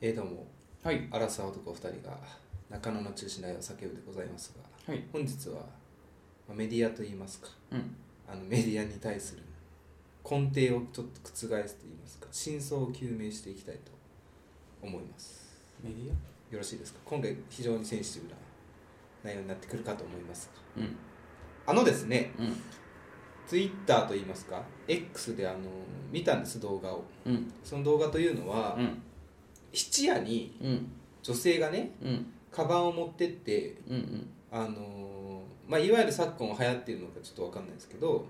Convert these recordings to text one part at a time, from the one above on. えー、どうもはい。アラサー男2人が中野の中止内を叫ぶでございますがはい。本日は、まあ、メディアといいますかうん。あのメディアに対する根底をちょっと覆すといいますか真相を究明していきたいと思いますメディよろしいですか今回非常にセンシティブな内容になってくるかと思いますがアうん。あのですねうん。ツイッターといいますか X であの見たんです動画をうん。その動画というのは、うん。質屋にうん。女性がねうん。カバンを持ってってうん。あのーまあ、いわゆる昨今流行っているのかちょっとわかんないですけど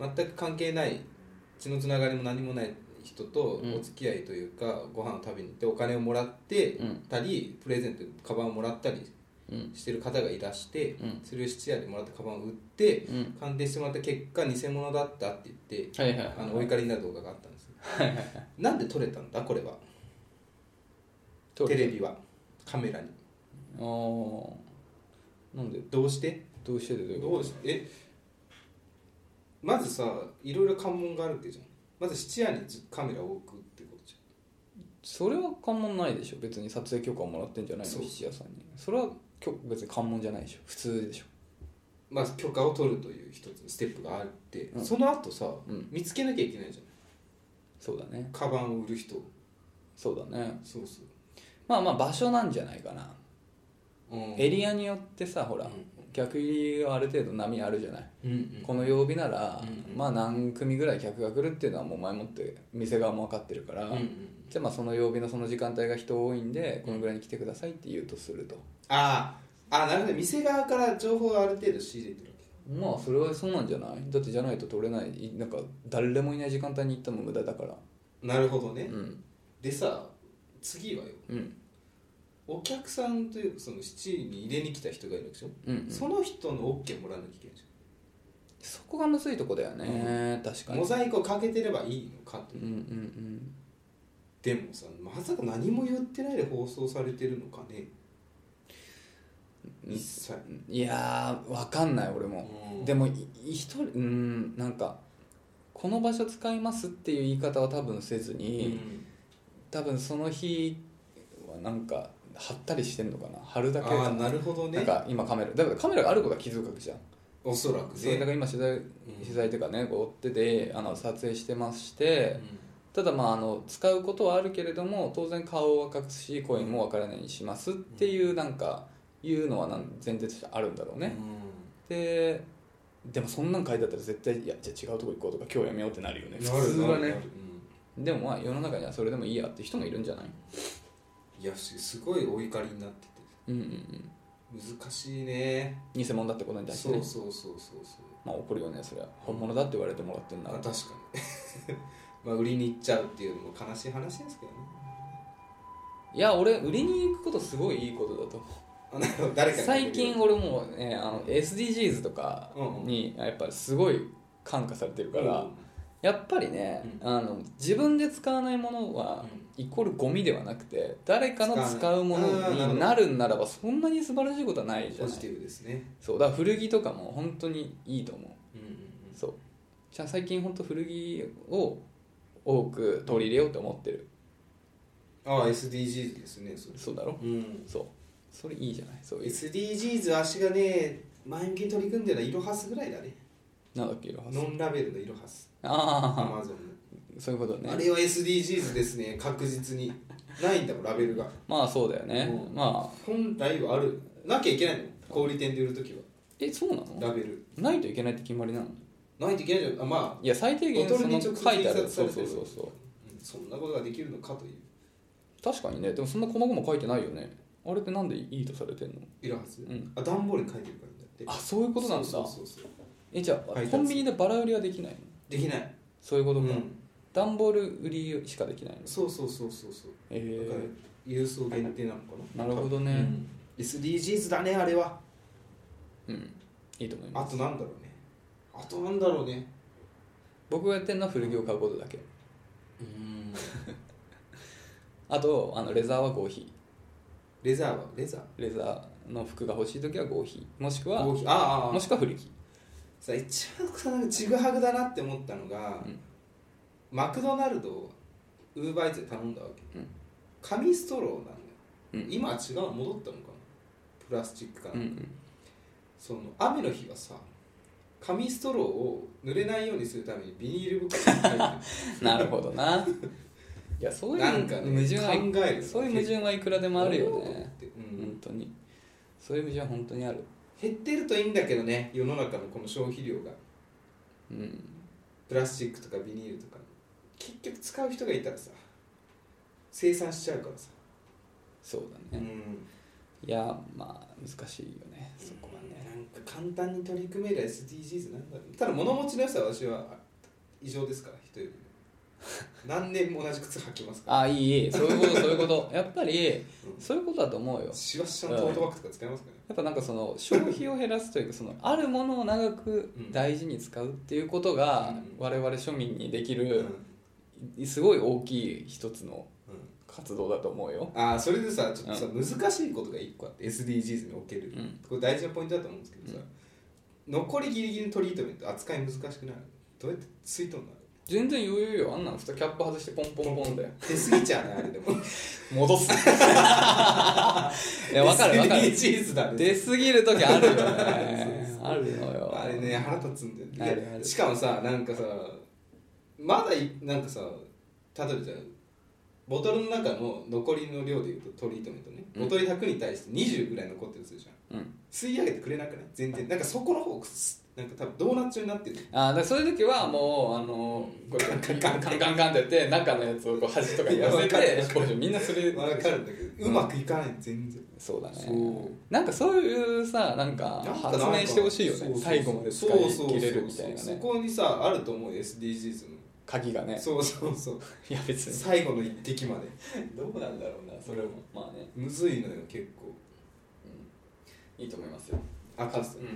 全く関係ない血のつながりも何もない人とうんお付き合いというか、ご飯を食べに行ってお金をもらってうんたり、プレゼントでカバンをもらったりうん。してる方がいらして、うんそれを質屋でもらったカバンを売ってうん。鑑定してもらった結果偽物だったって言ってはいはい。あのお怒りになる動画があったんですよなんで撮れたんだこれはテレ。ビはカメラにあーなんでどうしてどうしてでどういうこどうしえまずさいろいろ関門があるわけじゃんまず質屋にずカメラを置くってことじとそれは関門ないでしょ。別に撮影許可をもらってんじゃないそうの、質屋さんに。それはきょ別に関門じゃないでしょ。普通でしょ。ゃんまず許可を取るという一つのステップがあって、うんその後さ、うん見つけなきゃいけないじゃそうだねん。カバンを売る人そうだね。そうそうまあまあ場所なんじゃないかな。うんエリアによってさ、ほらう、ん逆入りはある程度波あるじゃない。うんうんこの曜日なら、うんうんまあ何組ぐらい客が来るっていうのはもう前もって店側も分かってるから、うんうんじゃあまあその曜日のその時間帯が人多いんでこのぐらいに来てくださいって言うとするとあーあーなるほど店側から情報をある程度仕入れてるわけまあそれはそうなんじゃないだってじゃないと取れないいなんか誰もいない時間帯に行ったも無駄だからなるほどね、うんでさ次はようんお客さんというかその質屋に入れに来た人がいるわけでしょ、うんうんそその人の OK もらわなきゃいけないじゃんこがむずいとこだよね、確かにモザイクをかけてればいいのかってうんうんでもさまさか何も言ってないで放送されてるのかねうん一切うんいやー分かんない俺も、でももい一人うんなんかこの場所使いますっていう言い方は多分せずうに、ん多分その日はなんか貼ったりしてんのかな貼るあだけあなるほどなねんか今カメラだからカメラがあることは気づくわけじゃん、おそらくそれねだから今取材取材というかねこう追っててあの撮影してましてただまああの使うことはあるけれども当然顔は隠すし声もわからないようにしますっていうなんかいうのはなん前提としてあるんだろううんね、ででもそんなん書いてあったら絶対いやじゃあ違うとこ行こうとか今日やめようってなるよねうん普なる通はなるなねるうんでもまあ世の中にはそれでもいいやって人もいるんじゃないいやすすごいお怒りになっててうんうんうん難しいね偽物だってことに対してそねうそうそうそうそうまあ怒るよねそれは本物だって言われてもらってんなあら確かに まあ売りに行っちゃうっていうのも悲しい話ですけどねいや俺売りに行くことすごいいいことだと思あなるほどう誰かに最近俺もうねあの SDGs とかうんうんにやっぱりすごい感化されてるかうらんやっぱりねうあの自分で使わないものはイコールゴミではなくて誰かの使うも使わないあーなるほのどになるんならばそんなに素晴らしいことはないじポゃないジティブですねそうだから古着とかも本当にいいと思ううんうんうんそうじゃあ最近本当古着を多く取り入れようと思ってるああ SDGs ですねそれそうだろうんそうそれいいじゃないそういう SDGs 足がね前向きに取り組んでるのはイロハスぐらいだねなんだっけ色ノンラベルのイロハスアあマゾンあそういうことのねあれは SDGs ですね確実にないんだもんラベルがまあそうだよね、うんまあ本来はあるなきゃいけないの小売店で売るときはえそうなのラベルないといけないって決まりなのないといけないじゃんあまあいや最低限ボトそルにの直接書いてあ印る刷さそれうてそるうそうそううんそんなことができるのかという確かにねでもそんな細々書いてないよねあれってなんでいいとされてんのイロハス、うんあ段ボールに書いてるからだってあそういうことなんだそうそうそうそうえじゃあ配達コンビニでバラ売りはできないのできないそういうことか、うん段ボール売りしかできないのそうそうそうそうそうえだからー、郵送限定なのかななるほどねうん SDGs だねあれはうんいいと思いあますとなんだろうねあとなんだろうね僕がやってるのは古着を買うことだけうんあとあのレザーは合皮レザーはレザーレザーの服が欲しい時は合皮もしくはコーヒーあああもしくは古着さ一番さなんかちぐはぐだなって思ったのが、うんマクドナルドをウーバーイーツで頼んだわけ、うん紙ストローなんだよ、うん今は違う戻ったのかなプラスチックかな、うんその雨の日はさ紙ストローを濡れないようにするためにビニール袋 に入ってうん、 なるほどないやそうるいなんうか、矛ね、盾はい考えるそういう矛盾はいくらでもあるよおーねってう本ん当にそういう矛盾は本当にある減ってるといいんだけどね世の中のこの消費量がうんプラスチックとかビニールとか結局使う人がいたらさ生産しちゃうからさ、そううだね、んいやまあ難しいよねそそここははねねなんか簡単に取り組める SDGs なんだろうただ物持ちの良さは私は異常ですから人より も何年も同じ靴履きますからああいいいいそういう ことそういうことやっぱりうんそういうことだと思うよしわしわのトートバッグとか使いますからねやっぱなんかその消費を減らすというかそのあるものを長く大事に使うっていうことがうん我々庶民にできうんるすごい大きい一つの活動だと思うよ。ああそれでさちょっとさ、難しいことが一個あって SDGs における、うんこれ大事なポイントだと思うんですけどさ、残りギリギリのトリートメント扱い難しくないどうやって吸い取るの全然余裕よあんなのふたキャップ外してポンポンポンだよ出過ぎちゃうねあれで も戻すいや分かる分かる SDGs だね出過ぎる時あるよねそうそうあるのよあれね腹立つんだよねあるあるでしかもさなんかさまだいなんかさ例えばじゃあボトルの中の残りの量でいうとトリートメントねうんボトル100に対して20ぐらい残ってるとするじゃんうん吸い上げてくれなくない全然なんかそこの方くすなんか多分ドーナツ状になってるあだからそういう時はもうあのこれカンカンカンカンカンカンってやって中のやつをこう端とかに寄せいやわかてるこうみんなそれわかるんだけどうまくいかないの全然そうだねそうなんかそういうさなんかなんか発明してほしいよそねうそうそう最後まで使い切れるみたいなそうそうそうそねこにさあると思うよ SDGs の鍵がねそうそう そういや別に最後の一滴までどうなんだろうなそれもまあねむずいのよ結構いいと思いますよ赤さ、はい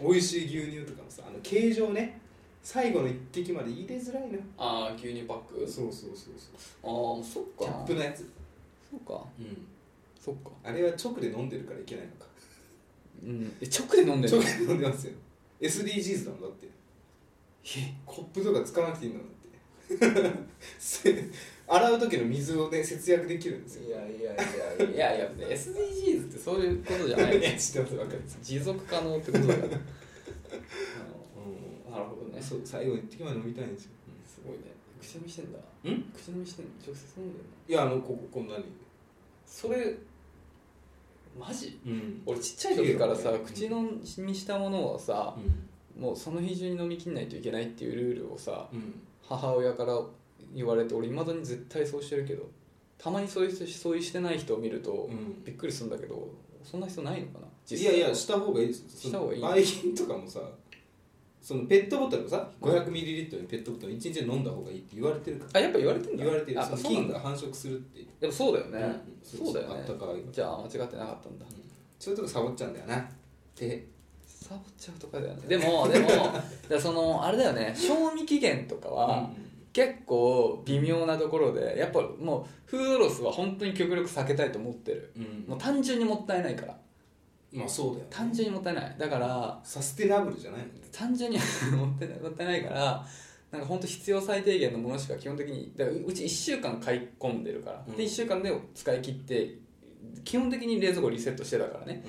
美味しい牛乳とかもさあの形状ね最後の一滴まで入れづらいなああ牛乳パックそうそうそうそああそっうキャップのやつ、そうかそっかあれは直で飲んでるからいけないのかうんえ直で飲んでる直ので飲んでますよ SDGs なんだってコップとか使わなくていいんだもんだって せ洗う時の水をね節約できるんですよいやいやいやいやいや SDGs ってそういうことじゃないいや 知ってますわかる持続可能ってことだからうなるほどねそう最後の一滴まで飲みたいんですよ、すごいね口飲みしてんだん口飲みしてんの直接飲んでんのいやあのこここんなにそれマジうん俺ちっちゃい時からさうん口飲みしたものはさう、んもうその日中に飲みきんないといけないっていうルールをさうん母親から言われて俺いまだに絶対そうしてるけどたまにそういう人そういうしてない人を見るとうんびっくりするんだけどそんな人ないのかないやいやした方がいいですよした方がいいそのバイキンとかもさそのペットボトルもさ 500ml のペットボトル1日で飲んだ方がいいって言われてるからあやっぱ言われてんだ言われてるあそのそうなん菌だが繁殖するってでもそうだよね、うんそうだよねあったかいじゃあ間違ってなかったんだそういうとこサボっちゃうんだよなでサボっちゃうとかだよねで もでもだからそのあれだよね賞味期限とかは、結構微妙なところでやっぱもうフードロスは本当に極力避けたいと思ってるうんもう単純にもったいないからまあそうだよ単純にもったいないだからサステナブルじゃないよね単純に もったいないもったいないからなんか本当必要最低限のものしか基本的にだからううち1週間買い込んでるから、うんで1週間で使い切って基本的に冷蔵庫リセットしてたからね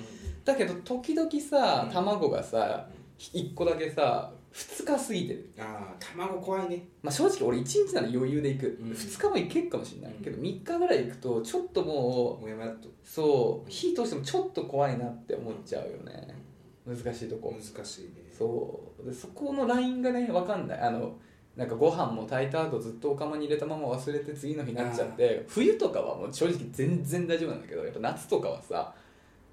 だけど時々さうん卵がさ1個だけさ2日過ぎてる、ああ卵怖いねまあ、正直俺1日なら余裕で行く、うん2日もいけるかもしれない、うんけど3日ぐらい行くとちょっとももやもやっとうそう火通してもちょっと怖いなって思っちゃうよね難しいとこ難しいねそうでそこのラインがね分かんないあのなんかご飯も炊いた後ずっとお釜に入れたまま忘れて次の日になっちゃって冬とかはもう正直全然大丈夫なんだけどやっぱ夏とかはさ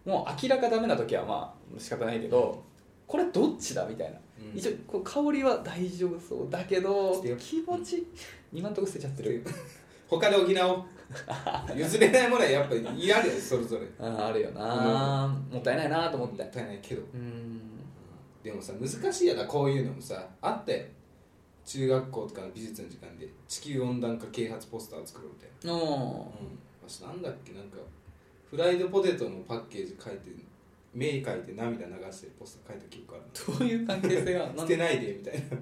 もう明らかダメな時はまあ仕方ないけどこれどっちだみたいうな、ん一応こう香りは大丈夫そうだけど捨てよう気持ち今んとこ捨てちゃってる他で補おう譲れないものはやっぱり嫌 だよそれぞれああるよな、もったいないなと思っもてったいないけどうんでもさ難しいやなこういうのもさあったよ中学校とかの美術の時間で地球温暖化啓発ポスターを作ろうみたいなの私なんだっけなんかフライドポテトのパッケージ書いて目書いて涙流してるポスター書いた記憶ある どういう関係性がなな捨んてないでみたいな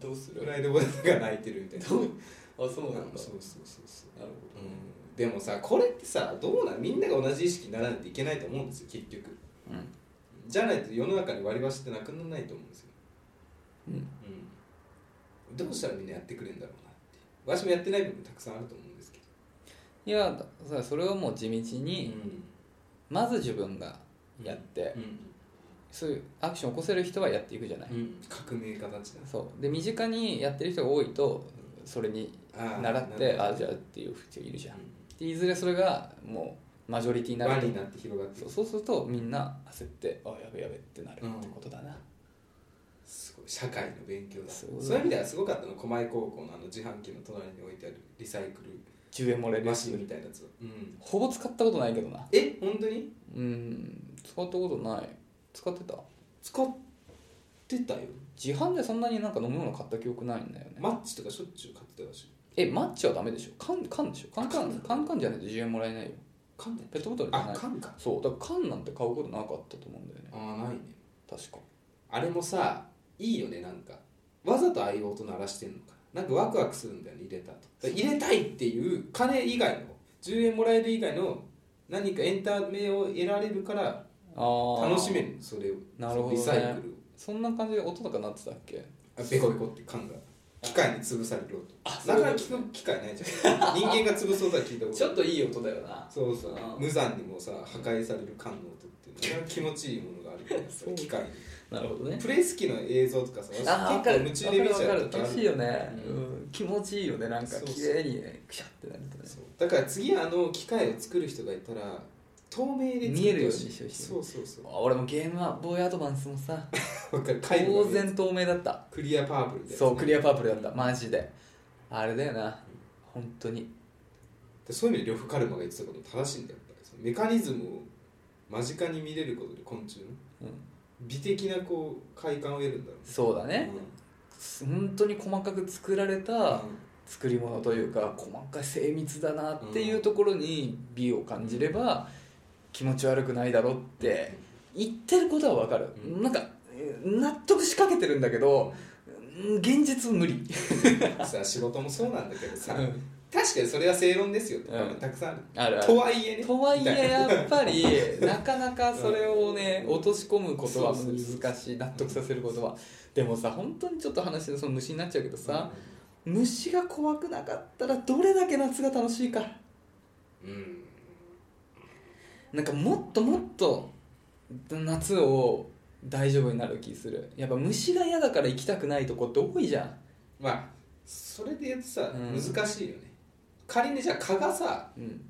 どうすフライドポテトが泣いてるみたいなどうあそうそうななんんだそうそうそうそうなるほうんでもさこれってさどうなんみんなが同じ意識にならないといけないと思うんですよ結局うんじゃないと世の中に割り箸ってなくならないと思うんですよ、うんうん、どうしたらみんなやってくれるんだろうなっていう私もやってない部分たくさんあると思うんですけど、いやださそれをもう地道に、まず自分がやって、うんそういうアクションを起こせる人はやっていくじゃない、うん、革命家たちだそうで身近にやってる人が多いとそれにあー習ってなあるあじゃあっていう人いるじゃん、うでいずれそれがもうマジョリティにんな輪るになって広がっていそうくそうするとみんな焦ってあやべやべってなるってことだな、すごい社会の勉強だそそうだういう意味ではすごかったの狛江高校のあの自販機の隣に置いてあるリサイクル10円もらえるマやシつンみたいなやつを、うん、ほぼ使ったことないけどなえ本当にうん使ったことない使ってた使ってたよ自販でそんなになんか飲み物買った記憶ないんだよねマッチとかしょっちゅう買ってたらしいえマッチはダメでしょ缶缶でしょ缶缶缶缶じゃないと10円もらえないよ缶だよペットボトルじゃなあい缶かそうだから缶なんて買うことなかったと思うんだよねああないね確かあれもさいいよねなんかわざとああいう音鳴らしてんのかなんかワクワクするんだよね入れたとだから入れたいっていう金以外の10円もらえる以外の何かエンタメを得られるからああ楽しめるそれをなるほどねリサイクルをそんな感じで音とかなってたっけあベコベコって缶が機械に潰される音あなかなか聞く機会ないじゃん 人間が潰そうとは聞いたことないといい音だよなそうそうあー無残にもさ破壊される缶の音 っていうのは気持ちいいものがあるからさそう機械になるほどねプレイス機の映像とかさああ分かる夢分中かで見るち分かゃうるとか楽あしいるよね、ううんん、気持ちいいよねなんかそうそう綺麗にねクシャってなるとねそうだから次あの機械を作る人がいたら透明で作ってほしい見えるようにしてほしいそうそうそあ俺もゲームはボーイアドバンスもさうわかる回当路がね然透明だったクリアパープルでそうクリアパープルだったマジであれだよな本当にでそういう意味で呂布カルマが言ってたこと正しいんだよやっぱりそのメカニズムを間近に見れることで昆虫のうん美的なこう快感を得るんだろうそうだね、本当に細かく作られうんた作り物というか細かい精密だなっていうところに美を感じれば気持ち悪くないだろうって言ってることはわかる、うんなんかえー納得しかけてるんだけどうん現実無理さ仕事もそうなんだけどさうん確かにそれは正論ですよって、うんたくさんあるあるあとるはいえねとはいえやっぱりなかなかそれをねうん落とし込むことはそうそう難しい納得させることはでもさ本当にちょっと話のその虫になっちゃうけどさ、虫が怖くなかったらどれだけ夏が楽しいかうんなんかもっともっと夏を大丈夫になる気するやっぱ虫が嫌だから行きたくないとこって多いじゃんまあそれで言うとさ、うん難しいよね仮にじゃあ蚊がさうん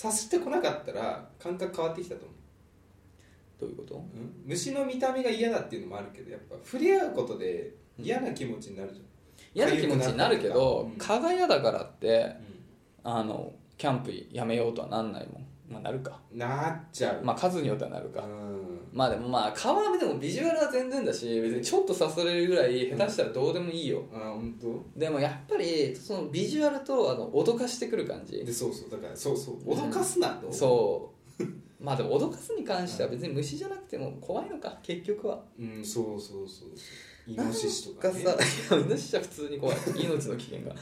刺してこなかったら感覚変わってきたと思どういうことう、うん虫の見た目が嫌だっていうのもあるけどやっぱ触れ合うことで嫌な気持ちになるじ嫌な気持ちになるけど痒くなったりとか蚊が嫌だからってゃん、あのキャンプやめようとはなんないもんまあなるかなっちゃう、まあ数によってはなるかうんまあでもまあ蚊はでもビジュアルは全然だし別にちょっと刺されるぐらい下手したらどうでもいいよあ本当でもやっぱりそのビジュアルとあの脅かしてくる感じでそうそうだからそうそう脅かすなと、 そうまあでも脅かすに関しては別に虫じゃなくても怖いのか結局はうん、そうそうそうそうイノシシとか、ね、なんか さいやイノシシは普通に怖い命の危険がい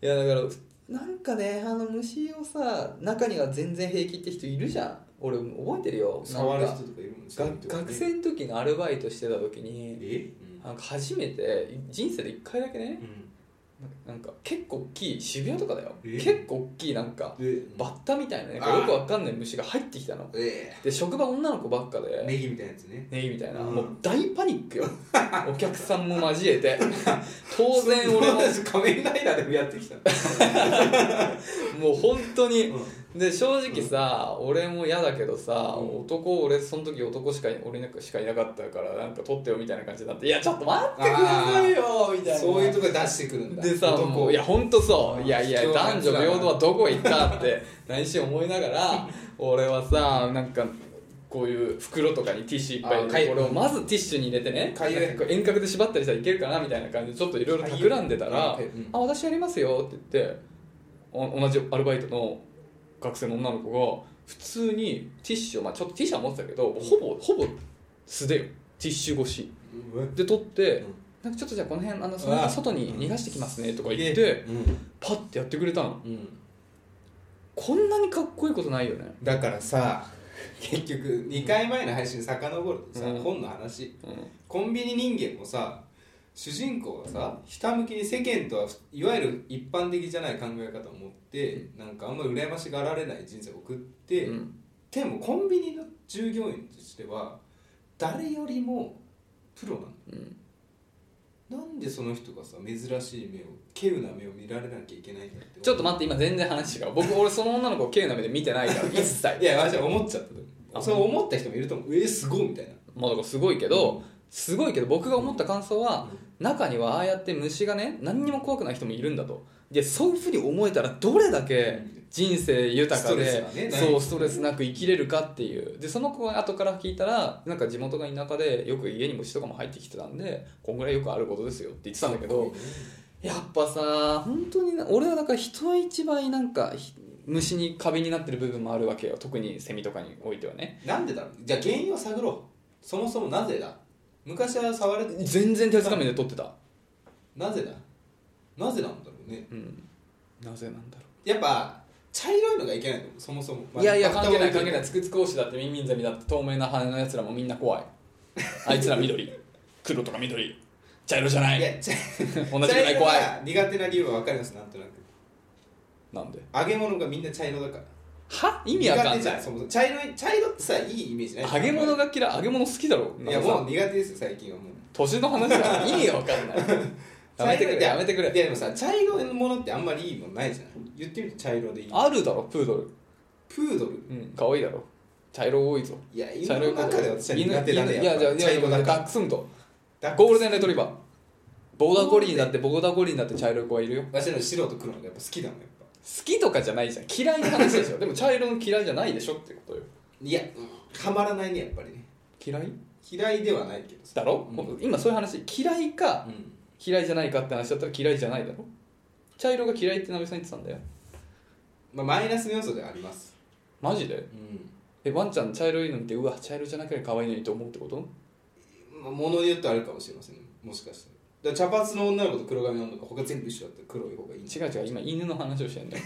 やだからなんかねあの虫をさ中には全然平気って人いるじゃん俺覚えてるうよん触るな人んかとかいるもんが学生の時のアルバイトしてた時にえ、なんか初めて人生で1回だけうねんなんか結構大きい渋谷とかだよえ結構大きいなんかでバッタみたいななんかよくわかんない虫が入ってきたのえで職場女の子ばっかえでネギみたいなやつねねえみたいな、うんもう大パニ ックよお客さんも交えて当然俺も私 仮面ライダーでもやってきた の、もう本当にうんで正直さ、俺も嫌だけどさ、うん男俺その時男しか俺なんかしかいなかったからなんか撮ってよみたいな感じになって「いやちょっと待ってくださいよ」みたいなそういうとこで出してくるんだでさも男ういや本当そううんいやいや貴重な男女平等はどこ行ったって内心思いな がら俺はさなんかこういう袋とかにティッシュいっぱあい入かれゆてこれをまずティッシュに入れてねかゆいなんかこう遠隔で縛ったりしたらいけるかなみたいな感じでちょっといろいろ企んでたらかゆい「あ私やりますよ」って言ってお同じアルバイトの学生の女の子が普通にティッシュを、まあ、ちょっとティッシュは持ってたけどほぼほぼ素手よティッシュ越しうわで取ってうんなんかちょっとじゃあこの辺あのそあのあ外に逃がしてきますねとか言っでてうんパッてやってくれたのうんこんなにかっこいいことないよねだからさ結局2回前の配信遡るとさ、うん本の話うんコンビニ人間もさ主人公がさひたむきに世間とはいわゆる一般的じゃない考え方を持ってなんかあんまり羨ましがられない人生を送って、うんでもコンビニの従業員としては誰よりもプロなのうんなんでその人がさ珍しい目を稀有な目を見られなきゃいけないんだってちょっと待って今全然話違う僕俺その女の子を K の目で見てないから一切 いや私は思っちゃったとあそう思った人もいると思うえー、すごいみたいなまあだからすごいけどすごいけど僕が思った感想は中にはああやって虫がね何にも怖くない人もいるんだとでそういうふうに思えたらどれだけ人生豊かスでトレスがねないそうストレスなく生きれるかっていうでその子が後から聞いたらなんか地元が田舎でよく家に虫とかも入ってきてたんでこんぐらいよくあることですよって言ってたんだけどやっぱさ本当にな俺はだから人一倍なんかひ虫に過敏になってる部分もあるわけよ特にセミとかにおいてはねなんでだろうじゃあ原因を探ろうそもそもなぜだ昔は触れて全然手づかみで撮ってた、なぜだなぜなんだろうねうん、なぜなんだろうやっぱ茶色いのがいけないと思うそもそも、いやいやまあ関係ない蓋を開関係けないつくつくおしだってミンミンゼミだって透明な羽のやつらもみんな怖いあいつら緑黒とか緑茶色じゃないいや茶 同じぐらい怖い茶色が苦手な理由は分かりますなんとなくなんで揚げ物がみんな茶色だからは意味わか苦ん手じなゃいんそもそも茶色い茶色ってさいいイメージない揚げ物が嫌い揚げ物好きだろいやなんかもさう苦手ですよ最近はもう年の話 だから意味がわかんない やめてくれやめていくれやでもさ茶色のものってあんまりいいもんないじゃない言ってみて茶色でいいあるだろプードルプードルうん可愛いだろ茶色多いぞいや茶犬色のいこと中で私は苦手だね犬いやじゃあい茶や色いだかやダらックスントダックゴールデンレトリバーボーダーゴリーだってボーダーゴリーだって茶色い子はいるよ私の白と黒のがやっぱ好きだもんやっぱ好きとかじゃないじゃん嫌いな話でしょでも茶色の嫌いじゃないでしょってことよいやうんはまらないねやっぱりね嫌い嫌いではないけどさだろ、うん今そういう話嫌いかうん嫌いじゃないかって話だったら嫌いじゃないだろ茶色が嫌いって鍋さん言ってたんだよまあマイナスの要素ではありますマジでうんえワンちゃん茶色いの見てうわ茶色じゃなければ可愛いのにと思うってことまあ物によってあるかもしれませんねもしかしたらだから茶髪の女の子と黒髪の女の子他全部一緒だったら黒い方がいいんじ違う違う今犬の話をしてんだよ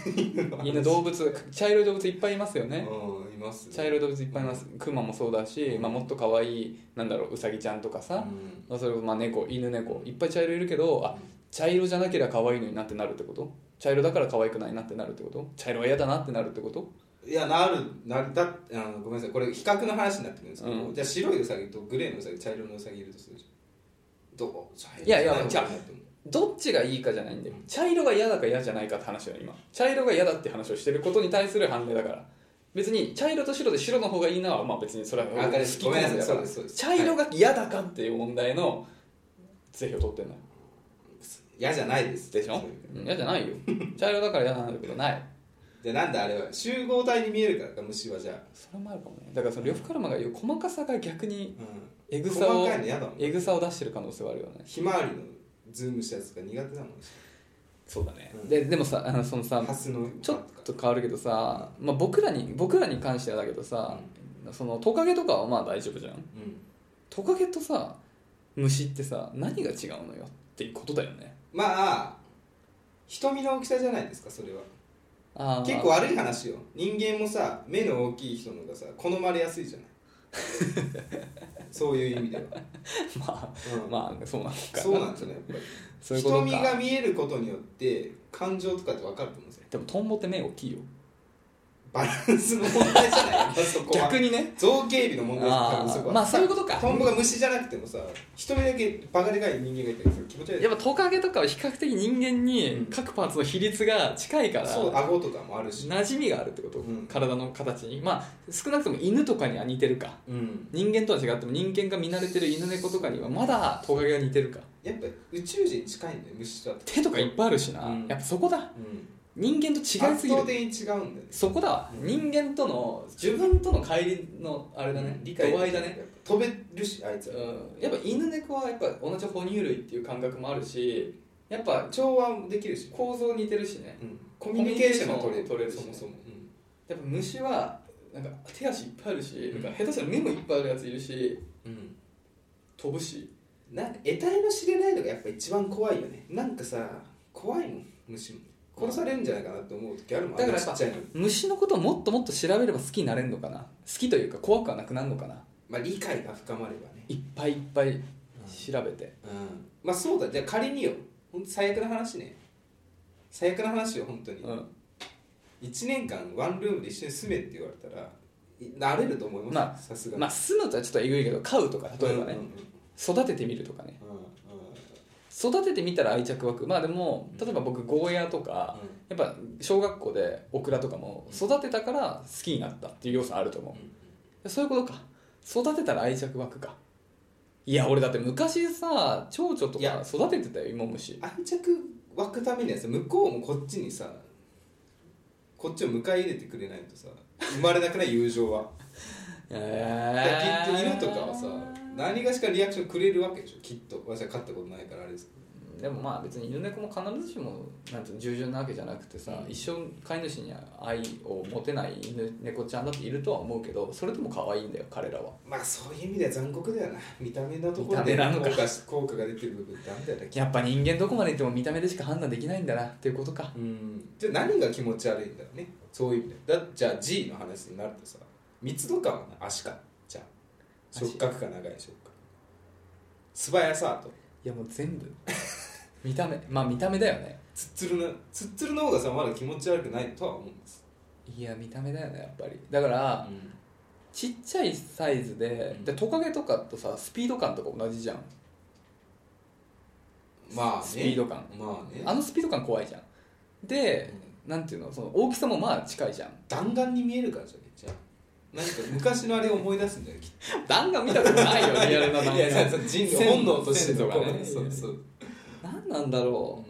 ゃない犬動物茶色い動物いっぱいいますよねうんいます茶色い動物いっぱいいますクマもそうだし、まあ、もっと可愛いなんだろうウサギちゃんとかうさ、んまあ、それこそまあ猫犬猫いっぱい茶色いるけどあ茶色じゃなければ可愛いのになってなるってこと茶色だから可愛くないなってなるってこと茶色は嫌だなってなるってこといやなるなるだあのごめんなさいこれ比較の話になってくるんですけど、うんじゃあ白いウサギとグレーのウサギ茶色のウサギいるとするじゃんどこ茶色いやいやじゃなじゃあ方がと思うどっちがいいかじゃないんだよ茶色が嫌だか嫌じゃないかって話だよ今茶色が嫌だって話をしてることに対する判例だから別に茶色と白で白の方がいいなはまあ別にそれはわかります好きなんごめんなださいそかうらですそうです茶色が嫌だかっていう問題の是非を取ってんだよ嫌じゃないですでしょそういううん嫌じゃないよ茶色だから嫌なんだけどないじゃあなんであれは集合体に見えるからか虫はじゃあ、それもあるかもねだからその呂布カルマが言う細かさが逆にうえん、ぐさを細かいの嫌だもんえぐさを出してる可能性はあるよねひまわりのズームしたやつが苦手だもんそうだね、うんででもさあのそのさハスのちょっと変わるけどさ、まあ、僕らに僕らに関してはだけどさ、そのトカゲとかはまあ大丈夫じゃんうん、トカゲとさ虫ってさ何が違うのよっていうことだよねまあ瞳の大きさじゃないですかそれはあー結構悪い話よ人間もさ目の大きい人のがさ好まれやすい じゃないそういう意味では、まうあんまあそうなのかそうなんじゃないやっぱりそういうことか瞳が見えることによって感情とかって分かると思うんですよでもトンボって目大きいよバランスの問題じゃないやっぱそこは逆にね造形美の問題ですからあーそこはまあそういうことかトンボが虫じゃなくてもさ瞳だけバカでかい人間がいたりさ気持ち悪いやっぱトカゲとかは比較的人間に各パーツの比率が近いから、そう顎とかもあるし馴染みがあるってこと、うん体の形にまあ少なくとも犬とかには似てるかうん人間とは違っても人間が見慣れてる犬猫とかにはまだトカゲが似てるかやっぱ宇宙人に近いんだよ虫とは手とかいっぱいあるしな、うんやっぱそこだうん人間と違いすぎ圧倒る的に違うんだよねそこだわ人間との自分との乖離のあれだね、理解度合いだね、飛べるしあいつはうん、やっぱ犬猫はやっぱ同じ哺乳類っていう感覚もあるしやっぱ調和もできるし、構造似てるしねうん、コミュニケーションもコミ取ュれニるケそーションも取れるしねもそも、やっぱ虫はなんか手足いっぱいあるし、なんか下手したら目もいっぱいあるやついるしうん飛ぶしなんか得体の知れないのがやっぱ一番怖いよねなんかさ怖いもん虫も殺されるんじゃないかなって思う時あるもんだからあんなちっちゃいのに虫のことをもっともっと調べれば好きになれるのかな好きというか怖くはなくなるのかなまあ理解が深まればねいっぱいいっぱい調べて、うんまあそうだじゃあ仮によほんと最悪な話ね最悪な話よ本当に、うん1年間ワンルームで一緒に住めって言われたらい慣れると思いままあすさすがまあ住むのとはちょっとえぐいけど飼うとか例えばね、うんうん育ててみるとかねうんうんうん育ててみたら愛着湧くまあでも例えば僕ゴーヤーとか、やっぱ小学校でオクラとかも育てたから好きになったっていう要素あると思う、そういうことか育てたら愛着湧くかいや俺だって昔さ蝶々といかや育ててたよ芋 虫愛着湧くためにはさ向こうもこっちにさこっちを迎え入れてくれないとさ生まれなくない友情 はいやえきっと犬とかはさ何がしかリアクションくれるわけでしょきっと私は飼ったことないからあれですけどでもまあ別に犬猫も必ずしもなんていうの従順なわけじゃなくてさ、うん一生飼い主に愛を持てない犬猫ちゃんだっているとは思うけどそれでも可愛いんだよ彼らはまあそういう意味では残酷だよな見た目のところ見でた目なの効か果し効果が出てる部分ってあんだよなきっやっぱ人間どこまで行っても見た目でしか判断できないんだなっていうことかとうんじゃあ何が気持ち悪いんだろうねそういう意味でだじゃあ G の話になるとさ密度感はな足かじゃあ足触覚か長い触覚素早さといやもう全 部見た目まあ見た目だよねつっつるなつっつるの方がさまだ気持ち悪くないとは思うんです、いや見た目だよねやっぱりだから、ちっちゃいサイズでうんでトカゲとかとさスピード感とか同じじゃんまあねスピード感まあねあのスピード感怖いじゃんでうん、なんていうのその大きさもまあ近いじゃん弾丸に見えるからじゃねじゃあ何か昔のあれを思い出すんだよきっ弾丸見たこと ないよとリアルな弾いやいや丸そう人線本能として線ととかかねねそうそう、何なんだうろんう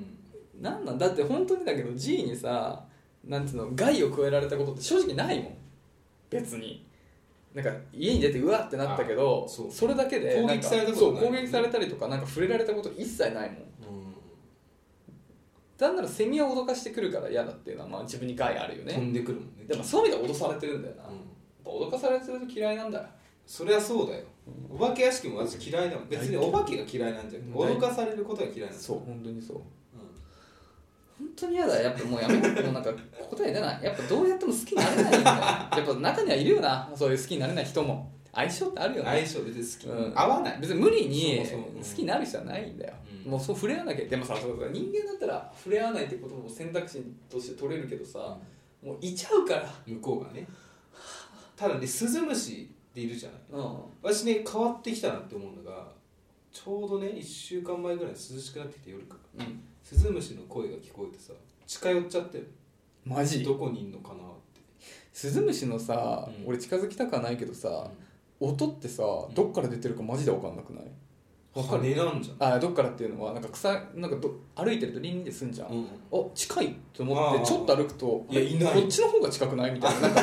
何なんだって本当にだけど G にさなんていうの害を加えられたことって正直ないもん別になんか家に出てうわってなったけどあそうれだけで攻撃なんかされたことないそう攻撃されたりとかなんか触れられたこと一切ないもんなんならセミを脅かしてくるから嫌だっていうのはまあ自分に害あるよ飛ねんでくるもんねでもそういう意味では脅されてるんだよな、うやっんぱ脅かされてると嫌いなんだそりゃそうだよお化け屋敷も私嫌いだもん別にお化けが嫌いなんじゃなくて大体脅かされることが嫌いなんだそう本当にそううん本当に嫌だやっぱもうやめてもうなんか答え出ないやっぱどうやっても好きになれないんだよやっぱ中にはいるよなそういう好きになれない人も相性ってあるよね相性別に好き、うん合わない別に無理にそもそもうん好きになる人はないんだようんもうそう触れ合わなきゃでもさそうそう人間だったら触れ合わないってことも選択肢として取れるけどさもういちゃうから向こうがねただねスズムシっているじゃないうん私ね変わってきたなって思うのがちょうどね1週間前ぐらいに涼しくなってきて夜かうんスズムシの声が聞こえてさ近寄っちゃってマジどこにいんのかなってスズムシのさ、うん俺近づきたくはないけどさ、音ってさどっから出てるかマジで分かんなくないわかる羽なんじゃあどっからっていうのはなんか草なんかど歩いてるとリンリンですんじゃん、ん、うん、あ近いと思っあてーちょっと歩くといやいないこっちの方が近くないみたいななん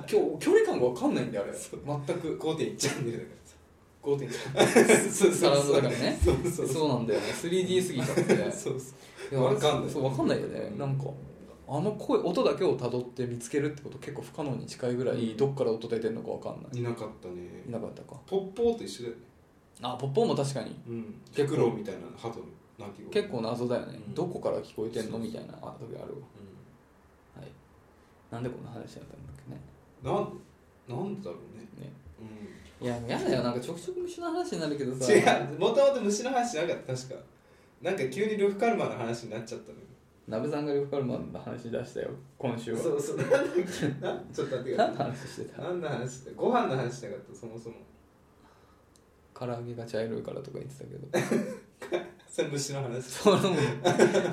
かきょ距離感が分かんないんだよあれ全く5点いっちゃうんだよだか5点らさそうサラウンドだからねそうそそううそうなんだよね 3D すぎちゃってそうそういやわかんない そうわかんないよねうんなんかあの声音だけをたどって見つけるってこと結構不可能に近いぐらいどっから音出てるのか分かんないいなかったねいなかったかポッポーと一緒だよねあポッポーも確かにうん結構結構みたいな鳩の鳴き声結構謎だよね、うんどこから聞こえてんのみたいなあ時あるわうんはいなんでこんな話になったんだっけねなんでなんでだろうねねういややだよなんかちょくちょく虫の話になるけどん さ違うもともと虫の話なかった確かなんか急にルフカルマの話になっちゃったのよナブさんがリフカルマンの話出したよ今週はそうそうなんだ っけなちょっと待ってくだ何の話してさいた何の話だご飯の話しなかったそもそも唐揚げが茶色いからとか言ってたけどそれ虫の話それも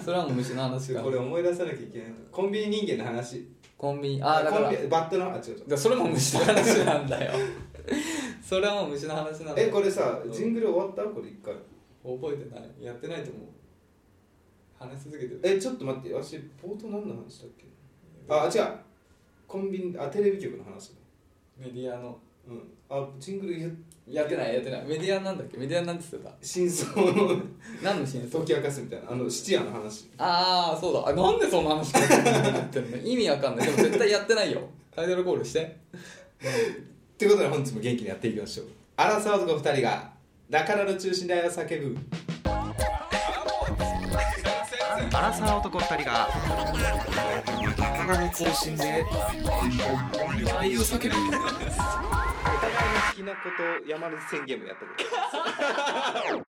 それはもう虫の話ちょかこれ思い出さなきゃいけないコンビニ人間の話コンビニああだからコンだビニバットのあ違う違うからそれも虫の話なんだよ それはもう虫の話なんだよえこれさうんジングル終わったこれ一回覚えてないやってないと思う話し続けてるえちょっと待って私冒頭何の話だっけあ違うコンビニあテレビ局の話だメディアのうんあジングル言っやってないやってないメディアなんだっけメディアなんて言ってた真相の何の真相 解き明かすみたいなあの質屋の話ああそうだあなんでそんな話かってんの意味わかんないでも絶対やってないよタイトルコールしてということで本日も元気にやっていきましょうアラサー男2人が中野の中心で愛を叫ぶアラサー男2人が仲間の中心で愛を叫ぶ好きなこと山根宣言もやったこと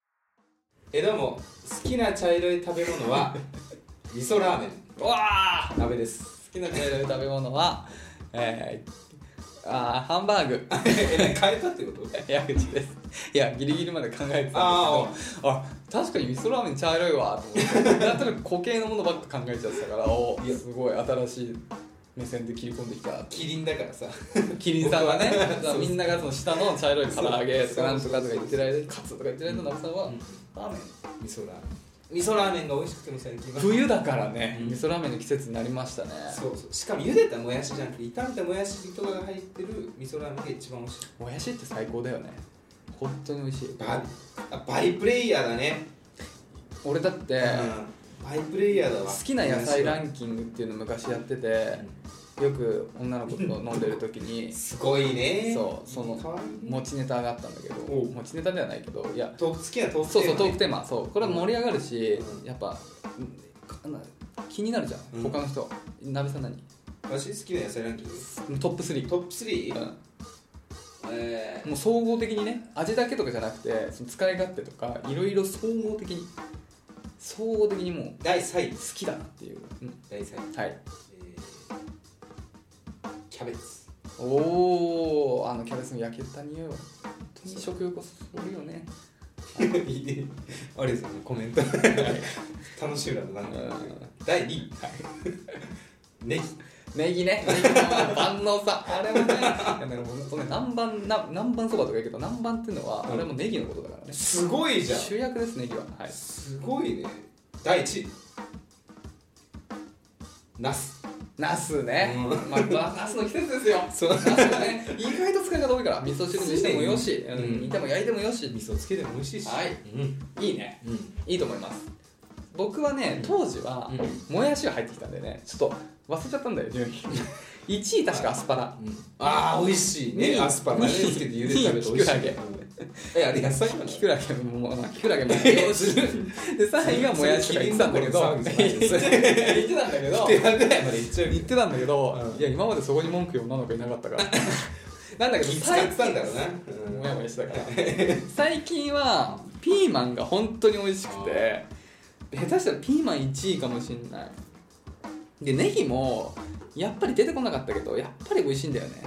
えどうも好きな茶色い食べ物は味噌ラーメンうわー鍋です 好きな茶色い食べ物は、えー、あーハンバーグえ何変えたってこと 矢口ですいやギリギリまで考えてたんですけどああ確かに味噌ラーメン茶色いわと思ってなんとなく固形のものばっか考えちゃってたからおーすごい新しい目線で切り込んできたキリンだからさキリンさんはね そうみんながその下の茶色い唐揚げとそうかなんとかとか言ってる間にカツとか言ってる間に鍋さんは、ラーメン味噌ラーメン味噌ラーメンが美味しくても最近は冬だからね、うん味噌ラーメンの季節になりましたねそうそうしかも茹でたもやしじゃなくて炒めたもやしとかが入ってる味噌ラーメンが一番美味しいもやしって最高だよね本当に美味しいバあバイプレイヤーだね、俺だって、うんバイプレイヤーだわ好きな野菜ランンキングっていうの昔やっててよく女の子と飲んでる時にすごいねそうそのかわいいね持ちネタがあったんだけどおう持ちネタではないけどいやと好きな豆腐そうそうトー豆ク腐テーマそうこれ盛り上がるしうんやっぱうんか気になるじゃうんん他の人鍋さん何私好きな野菜ランキングトップ3トップ3、うんえもう総合的にね味だけとかじゃなくてその使い勝手とかいろいろ総合的に総合的にもうー、第3位好きだなっていう、うん第3位、はいえー、キャベツおおあのキャベツの焼けた匂いは本当に食欲をそそるよねいいねあれですよねコメント楽しみだとなんかうん第2位ネギネギねネ ギの万能さあれもねいやでも本当ね南蛮な南蛮そばとか言うけど南蛮っていうのはうんあれもネギのことだからね、すごいじゃん主役ですネギははいすごいね第1位ナスナスね、うまあ、ナスの季節ですよそうナスはね意外と使い方多いから味噌汁にしてもよし、うんうん煮ても焼いてもよし味噌つけても美味しいしはいうんいいねうんいいと思います僕はね当時はうもやしが入ってきたんでねちょっと忘れちゃったんだよ順位 1位確かアスパラああ美味しいにねアスパラねつけて茹でて食べて 美味しいにきくえあれ野菜なのキクラゲもまあキクラゲも栄養士で3位がもやしとか言ってたんだけどそれキリンの頃言のっ騒てたんだけ否ど 定派ぐらいまでいっちゃうよ言ってたんだけどうんいや今までそこに文句言う女の子いなかったから なんだけど気使ってたんだろうなもやもやしてたから最近はピーマンが本当に美味しくて下手したらピーマン1位かもしんないでネギもやっぱり出てこなかったけどやっぱり美味しいんだよね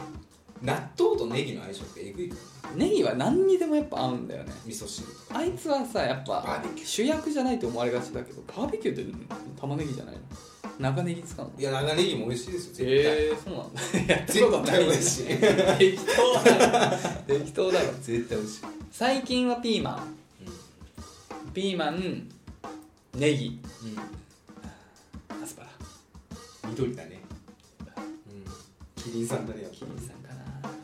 納豆とネギの相性ってえぐいからネギは何にでもやっぱ合うんだよね味噌汁とかあいつはさやっバーぱベキュー主役じゃないと思われがちだけどバーベキューって玉ねぎじゃないの長ネギ使うのいや長ネギも美味しいですよ絶対、えー、そうなんだやったこと絶ない対美味し い 適当だろ適当だろ絶対美味しい、最近はピーマンピーマンネギアスパラうん、緑だね、うん、キリンさんだねやっぱキリンさんかなは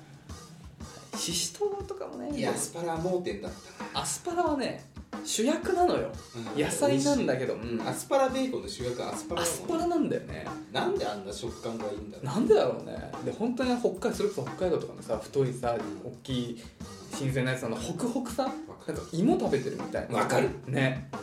いシシトウとかもねいやアスパラ盲点だったなアスパラはね主役なのよ、うん野菜なんだけど、うんアスパラベーコンの主役はアスパラアだスもパんねラなんだよねなんであんな食感がいいんだろうなんでだろうねで本当に北海それこそ北海道とかのさ太いさ大きい新鮮なやつのホクホクさなんか芋食べてるみたいなわかるねうん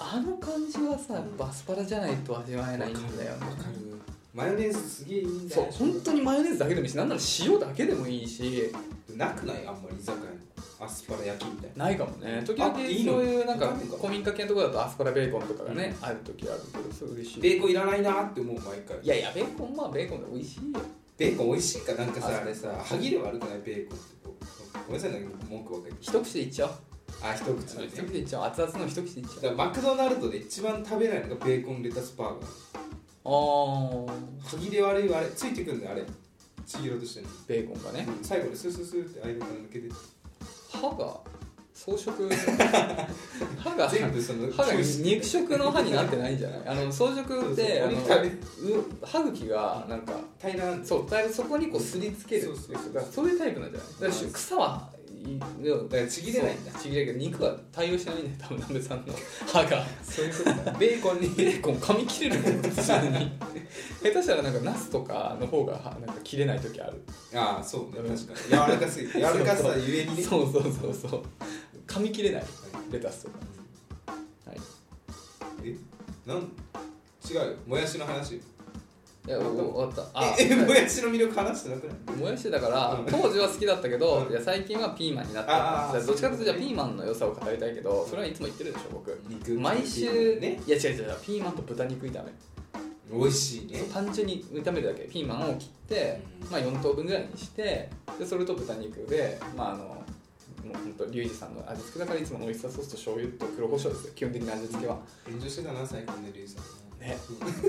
あの感じはさやっぱアスパラじゃないと味わえないんだよねわかるマヨネーズすげえいいんだそうよ本当にマヨネーズだけでもいいしなんなら塩だけでもいいしなくないあんまり居酒屋にアスパラ焼きみたいなないかもね時々そうあいいのいうなんかいいのか古民家系のところだとアスパラベーコンとかがね、ある時あるけどそれ嬉しいベーコンいらないなって思う毎回いやいやベーコンはベーコンで美味しいよベーコン美味しいかなんかあさそうあれさ歯切れ悪くないベーコンってこうごめんなさいなんか文句ばっかり一口でいっちゃおうあ一口一で口ねでいっちゃおう熱々の一口でいっだちかゃらマクドナルドで一番食べないのがベーコンレタスバーガーおうあ歯ー切れ悪いわあれついてくるんだよあれちぎろうとしてるのベーコンがね最後にスースースーって間から抜けて歯が装 飾歯が全部その歯が吸収肉食の歯になってないんじゃないあの装飾ってあそうのそうお肉う歯茎がなんか平らなんですそうだいぶそこにこうすりつけるそうそうそうだからそういうタイプなんじゃないだからしあー草はいいでもだからちぎれないんだそうちぎれないけど肉は対応してないんだよ多分鍋さんの歯がそういうことだベー コンにベーコン噛み切れるも ん普通に下手したらなんかナスとかの方がはなんか切れない時あるああそうねうん確かに柔らかすぎて柔らかさゆえにねそうそうそうそう噛み切れないレタスとかははいいえなん違うよもやしの話よいやお終わったあええもやしの魅力話してなくないもやしだから当時は好きだったけど、いや最近はピーマンになってあーるどっちかというとじゃあピーマンの良さを語りたいけどそれはいつも言ってるでしょ僕肉毎週ねいや違う違う違うピーマンと豚肉炒め美味しいねそう単純に炒めるだけピーマンを切って、うんまあ、4等分ぐらいにしてでそれと豚肉でまああのもう本当リュウジさんの味付けだからいつものオイスターソースと醤油と黒胡椒ですよ基本的な味付けは炎上してたな最近ねリュウジさんねうん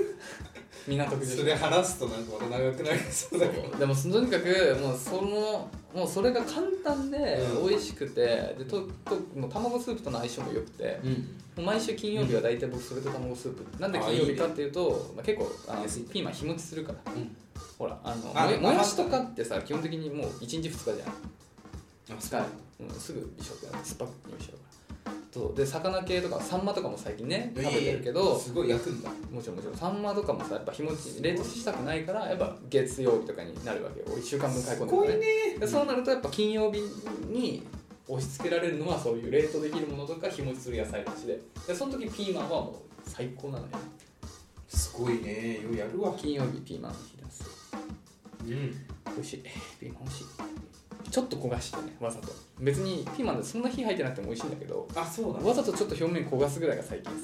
みんな特そ殊れ話すとなんかまた長くなりそうだけどでもそとにかくもうそのもうそれが簡単でうん美味しくて、でとともう卵スープとの相性も良くて、うんもう毎週金曜日は大体僕それと卵スープ、なんで金曜日かっていうとまあ、結構あの安いねピーマン日持ちするからうんほらあのあもやあもやしとかってさ基本的にもう1日2日じゃんあ使い、うん、すぐびしょってなって酸っぱくにしちゃうからそうで魚系とかサンマとかも最近ね食べてるけど、すごい焼くんだもちろんもちろんサンマとかもさやっぱ日持ち冷凍したくないからやっぱ月曜日とかになるわけよ1週間分買い込んでるからねでそうなるとやっぱ金曜日に押し付けられるのはそういう冷凍できるものとか日持ちする野菜たちででその時ピーマンはもう最高なのよすごいねようやるわ金曜日ピーマンの日だすうん美味しいピーマン美味しいちょっと焦がしてねわざと別にピーマンでそんな火入ってなくても美味しいんだけどあそうだわざとちょっと表面焦がすぐらいが最近好き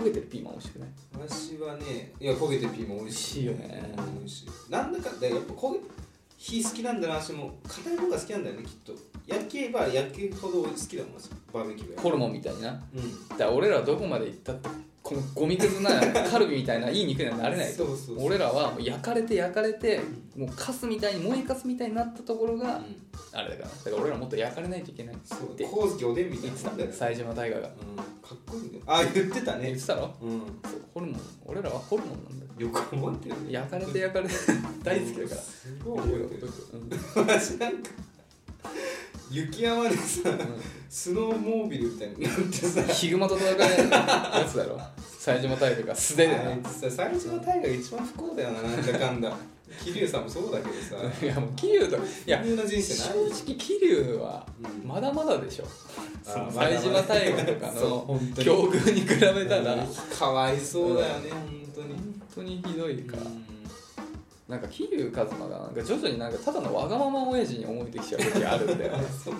焦げてるピーマン美味しくない私はねいや焦げてピーマン美味しい美味しいよねうん美味しいなんだかんだやっぱ焦げ火好きなんだな私も硬い方が好きなんだよねきっと焼けば焼けほど好きだもん私バーベキューがホルモンみたいなうんだから俺らはどこまで行ったってこのゴミくずなカルビみたいないい肉にはなれないとそうそうそう俺らはもう焼かれて焼かれてもうカスみたいに燃えカスみたいになったところうがんあれだからだから俺らもっと焼かれないといけないってそう言っ光月おでんみたいなてたもんだよね冴島大河がうんかっこいいんだよあ言ってた言っねてたろうんそうホルモン俺らはホルモンなんだよよく覚えてるね焼かれて焼かれて大好きだからすごい覚えてるうん私なんか雪山でさうスノーモービルみたいになってさんヒグマと戦えるやつだろ冴島大河が素手であねいつさ最初の大河が一番不幸だよななんだかん だ桐生さんもそうだけどさいやもう桐生といや自分の人生正ない直桐生はうんまだまだでしょあーそのまだまだ冴島大河とかそうの本当に境遇に比べたら本かわいそうだよね本当に当にひどいからうなんか桐生一馬がなんか徐々になんかただのわがまま親父に思えてきちゃう時あるんだよねんそう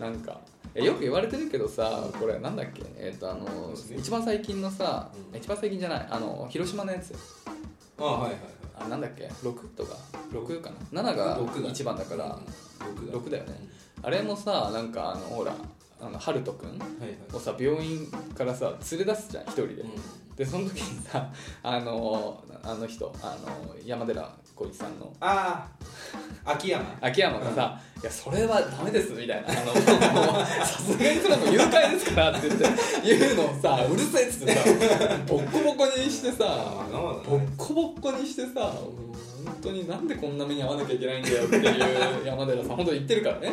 なんかえよく言われてるけどさこれなんだっけえっ、とあの一番最近のさ、うん一番最近じゃないあの広島のやつあはいはいあなんだっけ6とか6かな7が六だ1番だから六六だよねあれもさなんかあのほらあの春人くんうんはいはいをさ病院からさ連れ出すじゃん一人で、うんでその時にさあのあの人あの山寺宏一さんのああ秋山秋山がさ「いやそれはダメです」みたいな「あのもうさすがにそれはもう誘拐ですから」って言って言うのをさ「うるせえ」っつってさボッコボコにしてさあ生だボねッコボッコにしてさもう本当になんでこんな目に遭わなきゃいけないんだよっていう山寺さん本当に言ってるからね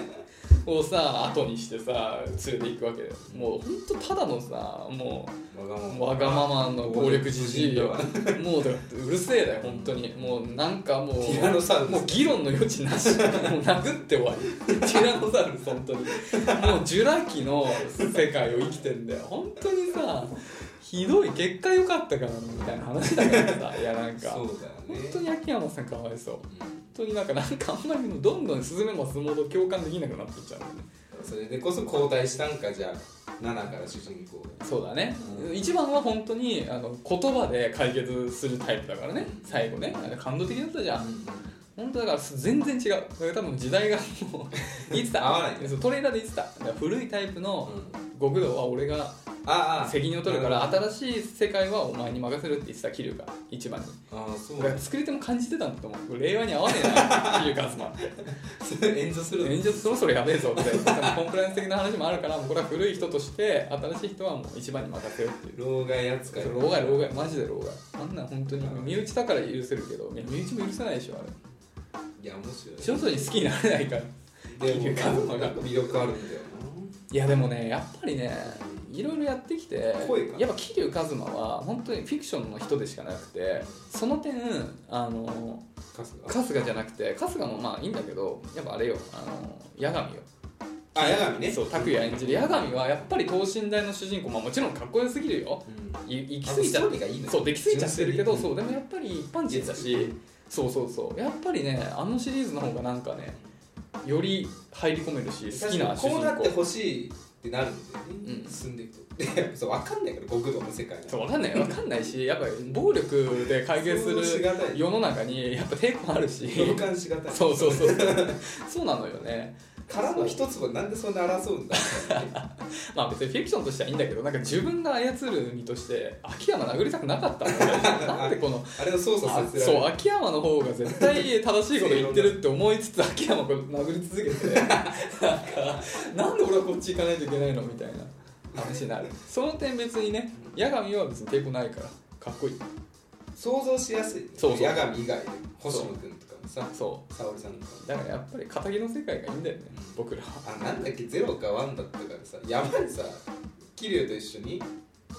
をさ後にしてさ連れていくわけだよもう本当ただのさもうわがままわがままの暴力じじ いよもうだってうるせえだよ本当にもうなんかもうティラノサウルスもう議論の余地なしもう殴って終わりティラノサウルス本当にもうジュラ紀の世界を生きてんだよ本当にさひどい結果良かったからみたいな話だからさいやなんかそ本うだよね当に秋山さんかわいそううん本当になんかなんかあんまりもうどんどんスズメも相撲と共感できなくなってっちゃうんだよねそれでこそ交代したんかじゃあ7から主人公そうだね、うん一番は本当にあの言葉で解決するタイプだからね最後ねあれ感動的だったじゃん本当だから全然違うだから多分時代がもう言ってた合わないそうトレーラーで言ってただから古いタイプの極道は俺がああ責任を取るかあら新しい世界はお前に任せるって言ってた桐生が一番にあそうだから作り手も感じてたんだと思うこれ令和に合わねえな桐生一馬 それ演奏する演説そろそろやべえぞってコンプライアンス的な話もあるからもうこれは古い人として新しい人はもう一番に任せようっていう老害やつか老害老害マジで老害あんなん本当に身内だから許せるけどいや身内も許せないでしょあれいや面白い徐々に好きになれないからでも桐 生一馬が魅力あるんだよいやでもねやっぱりねいろいろやってきて声がやっぱ桐生一馬は本当にフィクションの人でしかなくてその点あのな春日春日じゃなくて春日もまあいいんだけどやっぱあれよあの八神よあ八神ねそう拓也演じる八神はやっぱり等身大の主人公まあもちろんかっこよすぎるようんい行き過ぎちゃあのストーっリーがいいのよそうでき過ぎちゃってるけど純粋そうでもやっぱり一般人だしそうそうそうやっぱりねあのシリーズの方がなんかねより入り込めるし好きな主こう人なって公ほしいってなるんだよね、うん進んでいくと でそう分かんないから極道の世界がそうわかんないわかんないしやっぱり暴力で解決す想像しるがたい世の中にやっぱ抵抗あるし共感しがたいそうそうそうそうなのよねからの一粒なんでそんな争うんだみたいなねまあ別にフィクションとしてはいいんだけどなんか自分が操る身として秋山殴りたくなかったんだよねなんでこのあれを操作あさせられそるう秋山の方が絶対正しいこと言ってるって思いつつ秋山これ殴り続けてなんかなんで俺はこっち行かないといけないのみたいな話になるその点別にね八神は別に抵抗ないからかっこいい想像しやすいそうそう八神以外で星野君とかもさそ沙織さんとかもうだからやっぱり仇の世界がいいんだよね僕らはあなんだっけゼロかワンだったからさ山にさ桐生と一緒に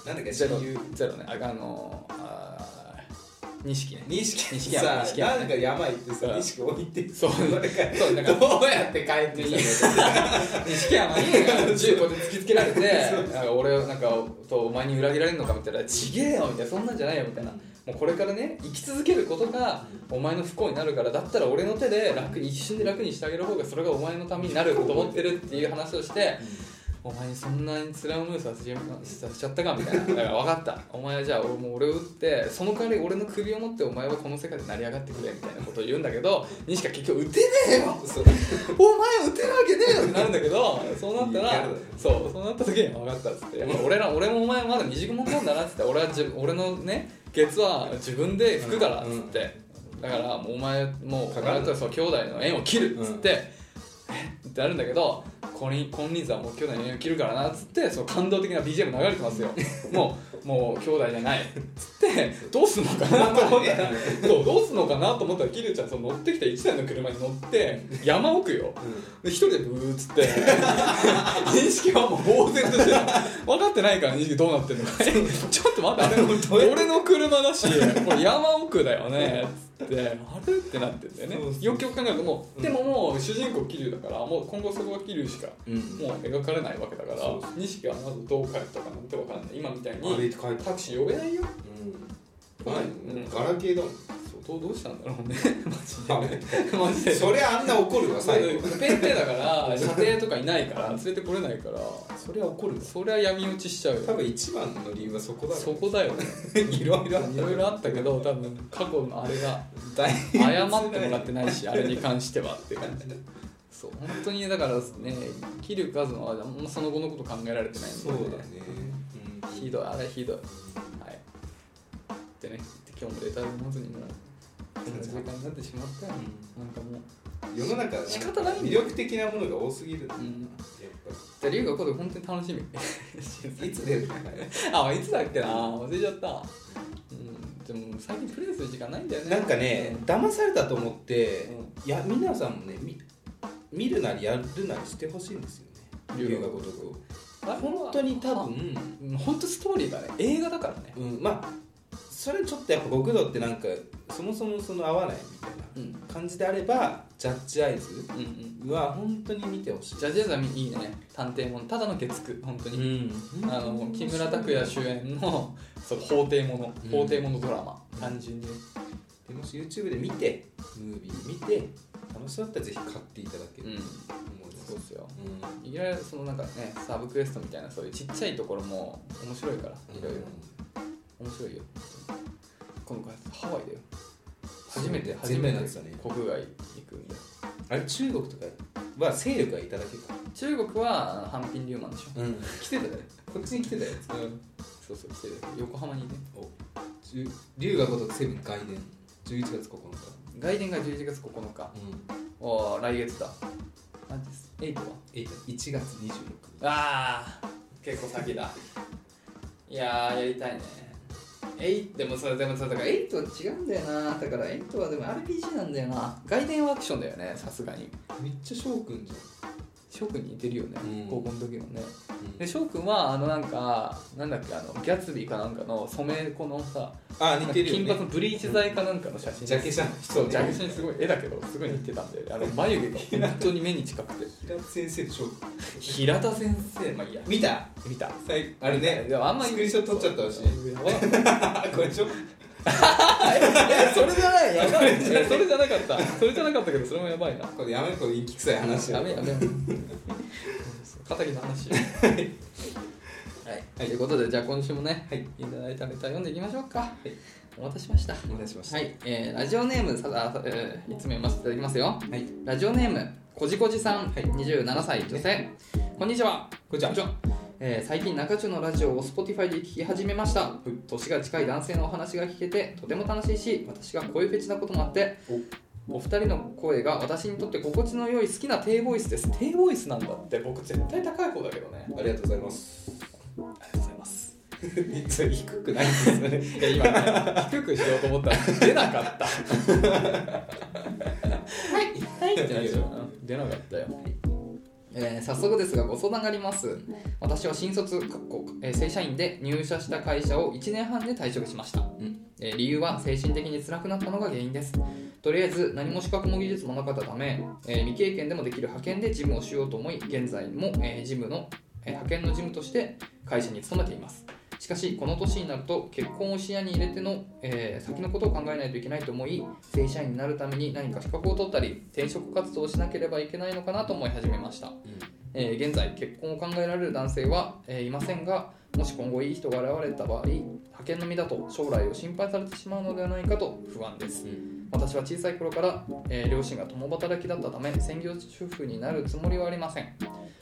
なんだっけ親友ゼロねああのあー錦ね錦錦に山さ錦山なんか山行ってさうん錦置いてそうれからそう だからどうやって帰ってきたの錦山に銃こうやって突きつけられてなんか俺なんかとお前に裏切られるのかみたいな「ちげえよ」みたいな「そんなんじゃないよ」みたいなもうこれからね生き続けることがお前の不幸になるからだったら俺の手で楽に一瞬で楽にしてあげる方がそれがお前のためになると思ってるっていう話をしてお前にそんなに辛い思いさせちゃさせちゃったかみたいなだから分かったお前はじゃあ俺もう俺を撃ってその代わり俺の首を持ってお前はこの世界で成り上がってくれみたいなことを言うんだけどにしか結局撃てねえよそうお前打てるわけねえよってなるんだけどそうなったいいギらャルだねそうそうなった時に分かったっつって俺ら俺もお前まだ未熟者なんだなっつ って俺は自分俺のねケツは自分で拭くからっつって、だからもうお前もうかかかかるるとそう兄弟の縁を切るっつって、えってあるんだけどこれに金輪際もう兄弟の縁を切るからなっつってその感動的な BGM 流れてます よもうもう兄弟じゃないっつってどうすんのかなと思ったらそうどうすんのかなと思ったらキルちゃんその乗ってきた1台の車に乗って山奥よで一人でブーっつって 認識はもう呆然として分かってないから認識どうなってんのかちょっと待ってあれ俺の車だしこれ山奥だよねっつってあれってなってんだよねそうそうよくよく考えるともう、うんでももう主人公桐生だからもう今後そこは桐生しかうんうんもう描かれないわけだからそうそ錦はまずどう帰ったかなんて分かんない今みたい歩いにて帰ったタクシー呼べないようんないうんガラケーだもんそうどうどうしたんだろ うねダメマジ でそりゃあんな怒るわ最後ペンペンだから射程とかいないから連れてこれないからそりゃ怒るわそりゃ闇落ちしちゃうよ多分一番の理由はそこだろうねそこだよね いろいろあったいろいろあったけど多分過去のあれが大謝ってもらってないしあれに関してはって感じそう本当にだからね桐生和馬はもうその後のこと考えられてないんでそうだね、うんひどいあれひどいはいでね今日もレター読まずにもうこんな時間になってしまったよなんかもう世の中は仕方ないんだ魅力的なものが多すぎる、うやっんぱじゃあ龍が今度本当に楽しみ りいつ出るか あいつだっけな忘れちゃったうんでも最近プレイする時間ないんだよねなんかね騙されたと思って、ういや皆さんもねみ見るなりやるなりしてほしいんですよね龍龍がが如如くく本本当に多分、本当ストーリーがね映画だからねうん、まあそれちょっとやっぱ極道ってなんかそもそもその合わないみたいうんな感じであればジャッジアイズうんうんは本当に見てほしいジャジェザミいいね探偵ものただの月9本当に、んあの木村拓哉主演のそう法廷ものうん法廷ものドラマ、うん単純にでもし YouTube で見てムービー見て楽しそうだったらぜひ買っていただけると思いますそうっすようんいろいろそのなんかねサブクエストみたいなそういうちっちゃいところも面白いからいろいろ面白いよ今回ハワイだよ初めてそう初め全て米なんですよね国外行くんだよあれ中国とかは勢力がいただけか中国はハンピン・リューマンでしょうん来てたよこっちに来てたやつうんそうそう来てたよ横浜にいてお十龍が如くセブン外伝11月9日外伝が11月9日うんおー来月だ何です8はえ1月26日ああ結構先だいやーやりたいね8でもそれでもそれだから8は違うんだよなだから8はでも RPG なんだよな外伝はアクションだよねさすがにめっちゃ翔くんじゃん翔くんに似てるよね、うん高校の時のねうんで翔くんはあのなんかなんだっけあのギャツビーかなんかの染め子のさあ似てるよ金ね髪のブリーチ剤かなんかの写真ジャケ写のそう人ジャケ写にすごい絵だけどすごい似てたんであの眉毛が本当に目に近くて平田先生でしょ平田先生まあいいや見た見た最あれねでもあんまりスクリーンショット撮っちゃったしやばいあこれでしょ それじゃないやばいそれじゃなかったそれじゃなかったけどそれもやばいなこれやめこれ息臭い話をやめやめ 片木の話はい、ということでじゃあ今週もね、はいい、ただいたネタ読んでいきましょうか、お待たせしましたお願いしましたはい、えーラジオネームさあ、えー、いつも読ませていただきますよはいラジオネームこじこじさん、27歳女性こんにちはこんにちはえー最近中中のラジオを Spotify で聞き始めました、い年が近い男性のお話が聞けてとても楽しいし私が声フェチなこともあってお二人の声が私にとって心地の良い好きな低ボイスです低ボイスなんだって僕絶対高い方だけどねありがとうございますありがとうございますめっちゃ低くないですねいや今ね低くしようと思ったら出なかったはい入ってないよ出なかったよ、えー早速ですがご相談があります私は新卒かっこえー正社員で入社した会社を1年半で退職しました、えー理由は精神的に辛くなったのが原因ですとりあえず何も資格も技術もなかったため、えー未経験でもできる派遣で事務をしようと思い現在も、えー事務の、えー派遣の事務として会社に勤めていますしかしこの年になると結婚を視野に入れての、えー先のことを考えないといけないと思い正社員になるために何か資格を取ったり転職活動をしなければいけないのかなと思い始めました、えー現在結婚を考えられる男性は、えーいませんがもし今後いい人が現れた場合派遣の身だと将来を心配されてしまうのではないかと不安です私は小さい頃から、えー両親が共働きだったため専業主婦になるつもりはありません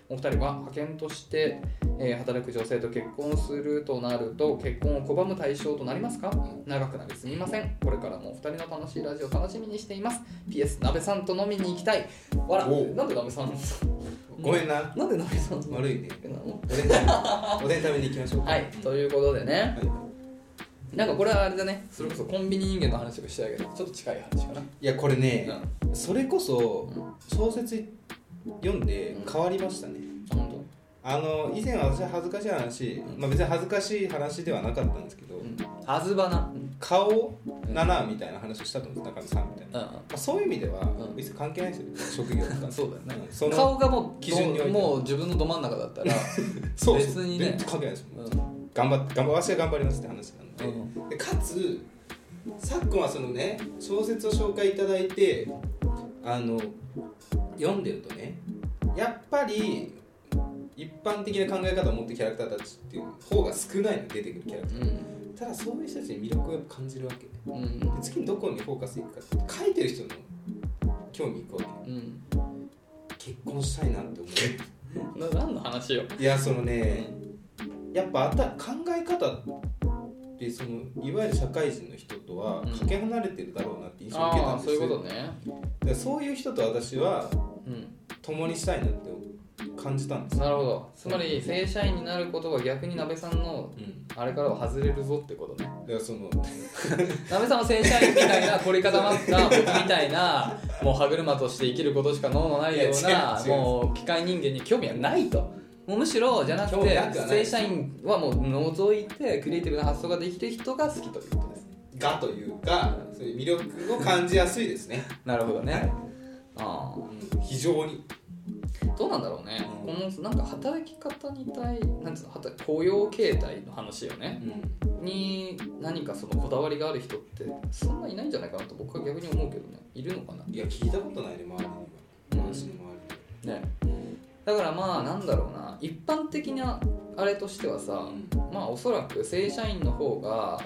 お二人は派遣として、えー働く女性と結婚するとなると結婚を拒む対象となりますか長くなりすみませんこれからもお二人の楽しいラジオ楽しみにしています PS 鍋さんと飲みに行きたいわらおうなんで鍋さんごめんななんで鍋さん悪いねなのおでん 食べおでん食べに行きましょうかはいということでねはいなんかこれはあれだねそれこそコンビニ人間の話をしたいけどちょっと近い話かな、いやこれねうん、あそれこそ小説読んでうん変わりましたね本当あの以前は私は恥ずかしい話う、んまあ、別に恥ずかしい話ではなかったんですけど、はずばな。顔だなみたいな話をしたと思うんです中野さんみたいな、まうあ、そういう意味ではうん別に関係ないですよ職業とか そうだよねんそん、の顔がもう基準においてもう自分のど真ん中だったら、そうそう別にね全然関係ないですうもん、ん頑張って頑張私は頑張りますって話なので,、うでかつ昨今はそのね小説を紹介いただいてあの読んでるとねやっぱり一般的な考え方を持ってるキャラクターたちっていう方が少ないの出てくるキャラクうんターただそういう人たちに魅力をやっぱ感じるわけでうん次にどこにフォーカスいくかって書いてる人の興味いくわうんけ結婚したいなって思うな何の話よ、いやそのねやっぱあた考え方ってそのいわゆる社会人の人とはうんかけ離れてるだろうなって印象を受けたあんあですそうよいうことねでそういう人と私はうん共にしたいなって感じたんですよ、なるほどつまり正社員になることが逆に鍋さんのうん、あれからは外れるぞってことねだからその鍋さんは正社員みたいな凝り固まった僕みたい なもう歯車として生きることしか脳のないよういやな違う違うもう機械人間に興味はないともうむしろじゃなく興味てなくはない正社員はもう除いてクリエイティブな発想ができる人が好きということですがというかそういう魅力を感じやすいですね、なるほどねあうん、非常にあどうなんだろうねこのなんか働き方に対なんつうの働雇用形態の話よねに何かそのこだわりがある人ってそんないないんじゃないかなと僕は逆に思うけどねいるのかないや聞いたことないね周りには私の周ねだからまあなんだろうな一般的なあれとしてはさりにまあおそらく正社員の方が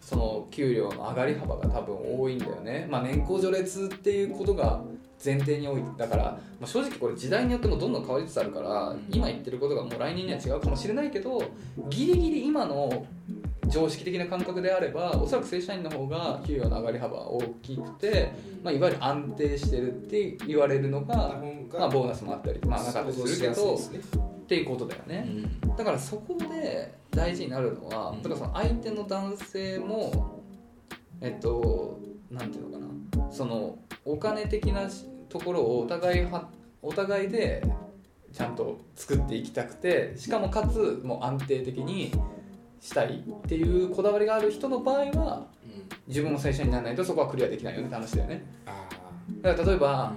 その給料の上がり幅が多分多いんだよねまあ年功序列っていうことが前提に多いだから、まあ、正直これ時代によってもどんどん変わりつつあるからうん今言ってることがもう来年には違うかもしれないけどギリギリ今の常識的な感覚であればおそらく正社員の方が給料の上がり幅は大きくて、まあ、いわゆる安定してるって言われるのがまあ、ボーナスもあったり、まあ、なかったりするけど、っていうことだよね、だからそこで大事になるのは、うんだからその相手の男性もえっとなんていうのかなそのお金的なしところをお互いはお互いでちゃんと作っていきたくてしかもかつもう安定的にしたいっていうこだわりがある人の場合はうん自分も正社員にならないとそこはクリアできないよねって話だよねあだから例えあば